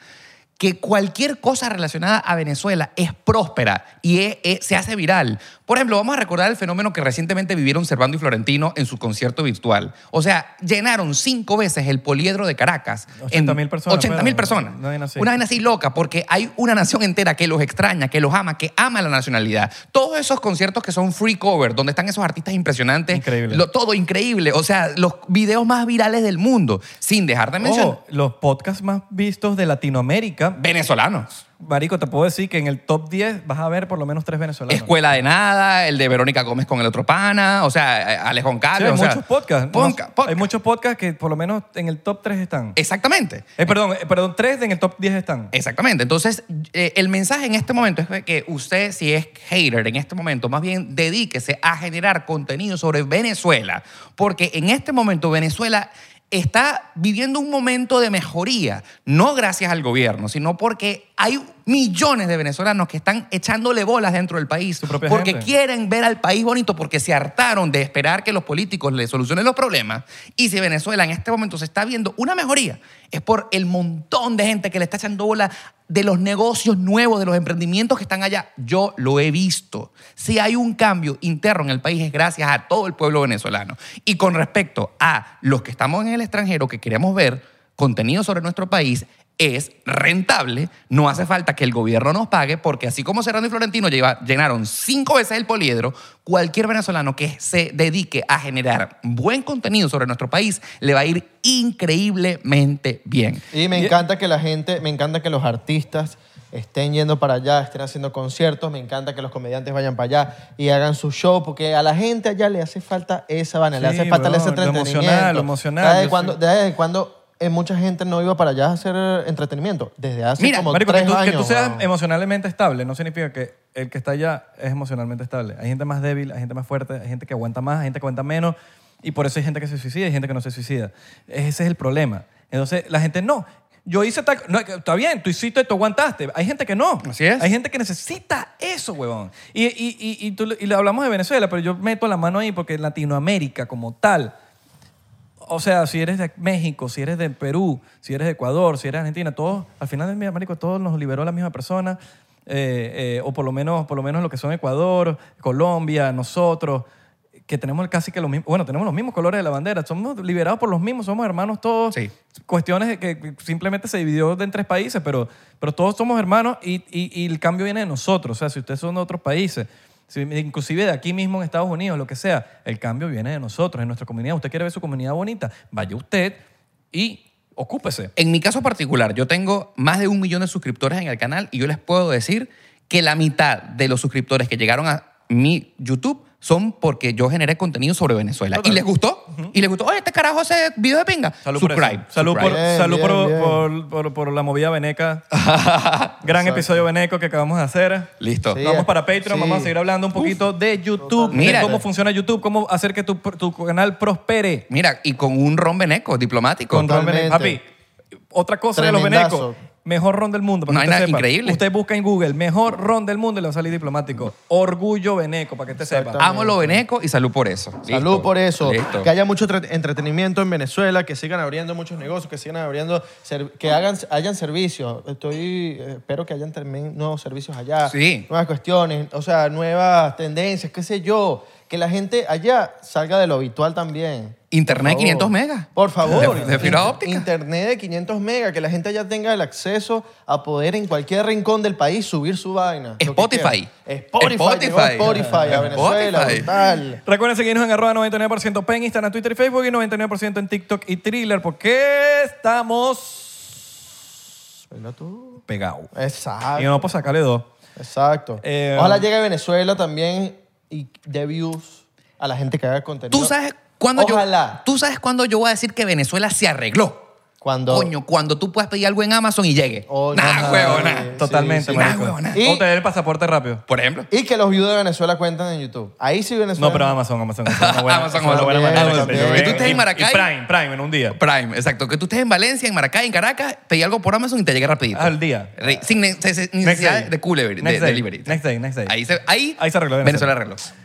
B: que cualquier cosa relacionada a Venezuela es próspera y es- es- se hace viral. Por ejemplo, vamos a recordar el fenómeno que recientemente vivieron Servando y Florentino en su concierto virtual. O sea, llenaron cinco veces el poliedro de Caracas.
C: 80.000 personas,
B: 80 mil
C: pero,
B: personas.
C: una vaina así.
B: Una vaina así loca, porque hay una nación entera que los extraña, que los ama, que ama la nacionalidad. Todos esos conciertos que son free cover, donde están esos artistas impresionantes.
C: Increíble.
B: lo- todo increíble. O sea, los videos más virales del mundo, sin dejar de mencionar.
C: Ojo, los podcasts más vistos de Latinoamérica,
B: Venezolanos.
C: marico, te puedo decir que en el top 10 vas a ver por lo menos tres venezolanos.
B: Escuela de Nada, el de Verónica Gómez con el otro pana, o sea, Alejón
C: Sí,
B: Carlos.
C: hay
B: o sea,
C: muchos podcasts. ¿no?
B: ponca- podcast.
C: Hay muchos podcasts que por lo menos en el top 3 están.
B: Exactamente.
C: Eh, perdón, eh, perdón, tres en el top 10 están.
B: Exactamente. Entonces, eh, el mensaje en este momento es que usted, si es hater en este momento, más bien dedíquese a generar contenido sobre Venezuela, porque en este momento Venezuela está viviendo un momento de mejoría, no gracias al gobierno, sino porque hay millones de venezolanos que están echándole bolas dentro del país,
C: propia
B: porque
C: gente.
B: quieren ver al país bonito, porque se hartaron de esperar que los políticos le solucionen los problemas. Y si Venezuela en este momento se está viendo una mejoría, es por el montón de gente que le está echando bola de los negocios nuevos, de los emprendimientos que están allá. Yo lo he visto. Si hay un cambio interno en el país es gracias a todo el pueblo venezolano. Y con respecto a los que estamos en el extranjero, que queremos ver contenido sobre nuestro país es rentable, no hace falta que el gobierno nos pague, porque así como Serrano y Florentino lleva- llenaron cinco veces el poliedro, cualquier venezolano que se dedique a generar buen contenido sobre nuestro país le va a ir increíblemente bien.
A: Y me
C: Y-
A: encanta que la gente, me encanta que los artistas estén yendo para allá, estén haciendo conciertos, me encanta que los comediantes vayan para allá y hagan su show, porque a la gente allá le hace falta esa vaina, le
C: Sí,
A: hace falta
C: weón,
A: ese
C: lo
A: entretenimiento.
C: emocional, lo emocional,
A: ¿Sabes
C: yo
A: cuándo-
C: sí.
A: ¿Desde cuándo eh, mucha gente no iba para allá a hacer entretenimiento? Desde hace
B: Mira,
A: como
C: Marico, que
A: tres
C: tú, que
A: años.
C: tú seas
A: weón.
C: emocionalmente estable no significa que el que está allá es emocionalmente estable. Hay gente más débil, hay gente más fuerte, hay gente que aguanta más, hay gente que aguanta menos. Y por eso hay gente que se suicida y gente que no se suicida. Ese es el problema. Entonces, la gente no. Yo hice tal. no, que está bien, tú hiciste, tú aguantaste. Hay gente que no.
B: Así es.
C: Hay gente que necesita eso, huevón. Y, y, y, y tú- y le hablamos de Venezuela, pero yo meto la mano ahí porque en Latinoamérica, como tal, o sea, si eres de México, si eres de Perú, si eres de Ecuador, si eres de Argentina, todos, al final del día, marico, todos nos liberó la misma persona, eh, eh, o por lo menos, por lo menos lo que son Ecuador, Colombia, nosotros, que tenemos casi que los mismos, bueno, tenemos los mismos colores de la bandera, somos liberados por los mismos, somos hermanos todos.
B: Sí.
C: Cuestiones de que simplemente se dividió en tres países, pero, pero todos somos hermanos y, y- y el cambio viene de nosotros. O sea, si ustedes son de otros países, si- inclusive de aquí mismo en Estados Unidos, lo que sea, el cambio viene de nosotros, en nuestra comunidad. Usted quiere ver su comunidad bonita, vaya usted y ocúpese.
B: En mi caso particular, yo tengo más de un millón de suscriptores en el canal y yo les puedo decir que la mitad de los suscriptores que llegaron a mi YouTube son porque yo generé contenido sobre Venezuela.
C: Total.
B: Y les gustó. Y les gustó, oye, este carajo hace video de pinga.
C: Salud por
B: subscribe.
C: eso. Salud, por,
A: Subscribe. Bien,
C: salud
A: bien,
C: por-
A: bien.
C: por- por- por la movida veneca. Gran episodio veneco que acabamos de hacer.
B: Listo.
A: Sí.
C: Vamos para Patreon,
A: Sí.
C: vamos a seguir hablando un poquito de YouTube, de
B: Mira.
C: cómo funciona YouTube, cómo hacer que tu, tu canal prospere
B: Mira, y con un ron veneco diplomático.
C: con Ron
A: Totalmente.
C: Beneco. Papi, otra cosa de los
A: Tremendazo.
C: venecos, mejor ron del mundo. Para
B: No
C: que
B: hay
C: usted
B: nada
C: sepa.
B: increíble.
C: Usted busca en Google, mejor ron del mundo y le va a salir diplomático. Orgullo veneco, para que usted sepa.
A: Exactamente.
B: Amo lo veneco y salud por eso. Listo.
A: Salud por eso.
B: Listo.
A: Que haya mucho entre- entretenimiento en Venezuela, que sigan abriendo muchos negocios, que sigan abriendo, ser- que hagan, hayan servicios. Estoy, eh, espero que hayan también nuevos servicios allá,
B: Sí.
A: nuevas cuestiones, o sea, nuevas tendencias, qué sé yo. Que la gente allá salga de lo habitual también.
B: Internet de
A: Por
B: 500
A: favor.
B: megas.
A: Por favor.
B: De- de fibra
A: Inter-
B: óptica.
A: Internet de 500 megas, que la gente allá tenga el acceso a poder en cualquier rincón del país subir su vaina. lo que
B: Spotify.
A: quiera. Spotify. Spotify.
B: Spotify.
A: Spotify a Venezuela.
B: Spotify.
A: brutal.
C: Recuerden seguirnos en arroba 99% P en Instagram, Twitter y Facebook y 99% en TikTok y Thriller porque estamos
A: Baila tú.
C: pegados. Y
A: Exacto.
C: no, pues sacarle dos.
A: Exacto.
C: Eh,
A: Ojalá llegue a Venezuela también y dé views a la gente que haga contenido.
B: ¿Tú sabes cuándo
A: Ojalá.
B: yo Tú sabes cuándo yo voy a decir que Venezuela se arregló.
A: Cuando.
B: Coño, cuando tú puedas pedir algo en Amazon y llegue.
A: Oh,
B: nah,
A: no,
B: huevona.
A: sí,
C: Totalmente,
A: sí.
C: marico.
B: Nah, huevona.
A: Y-
C: O tener el pasaporte rápido.
B: Por ejemplo.
A: Y que los views de Venezuela cuentan en YouTube. Ahí sí Venezuela.
C: No, pero Amazon, Amazon. Amazon, una buena-
B: Amazon,
C: es una buena
A: Amazon.
C: manera de
A: También, también.
C: hacerlo. Y-
A: Que tú
B: estés en Maracay.
C: y Prime, Prime, en un día.
B: Prime, exacto. Que tú estés en Valencia, en Maracay, en Caracas, pedí algo por Amazon y te llegue rapidito.
C: Al día.
B: Re- Sin ne- se- se- necesidad
C: day.
B: de cooler, de,
C: Next day.
B: delivery.
C: Next day, next day.
B: Ahí se, ahí,
C: Ahí se arregló
B: Venezuela
C: Venezuela.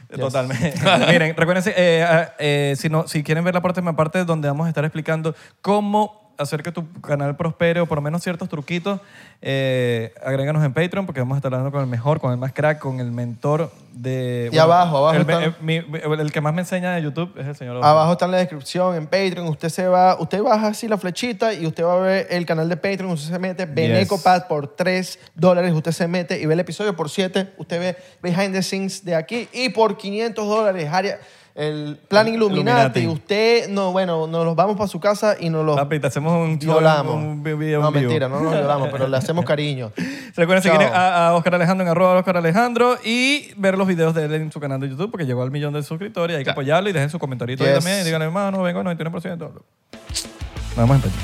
B: arregló.
C: Totalmente. Miren, recuerden, eh, ah, eh, si, no, si quieren ver la parte, parte donde vamos a estar explicando cómo hacer que tu canal prospere o por lo menos ciertos truquitos, eh, agréganos en Patreon porque vamos a estar hablando con el mejor, con el más crack, con el mentor de...
A: Y abajo, abajo
C: El, me-
A: están-
C: eh, mi- el que más me enseña de YouTube es el señor...
A: Abajo está en la descripción, en Patreon. Usted se va, usted baja así la flechita y usted va a ver el canal de Patreon. Usted se mete Benecopad por 3 dólares. Usted se mete y ve el episodio por 7. Usted ve Behind the Scenes de aquí y por 500 dólares. área- el plan Illuminati.
C: Illuminati.
A: Usted, no, bueno, nos los vamos para su casa y nos los
C: Papi, te hacemos un show,
A: violamos.
C: un video
A: no,
C: en vivo.
A: mentira, no nos violamos, pero le hacemos cariño.
C: Recuerden
A: Chao.
C: seguir a, a Oscar Alejandro en arroba Oscar Alejandro y ver los videos de él en su canal de YouTube porque llegó al millón de suscriptores y hay que
B: Claro.
C: apoyarlo y dejen su comentarito ahí
A: Yes.
C: también y díganle, hermano, vengo al 99%. Nos vemos en Patreon.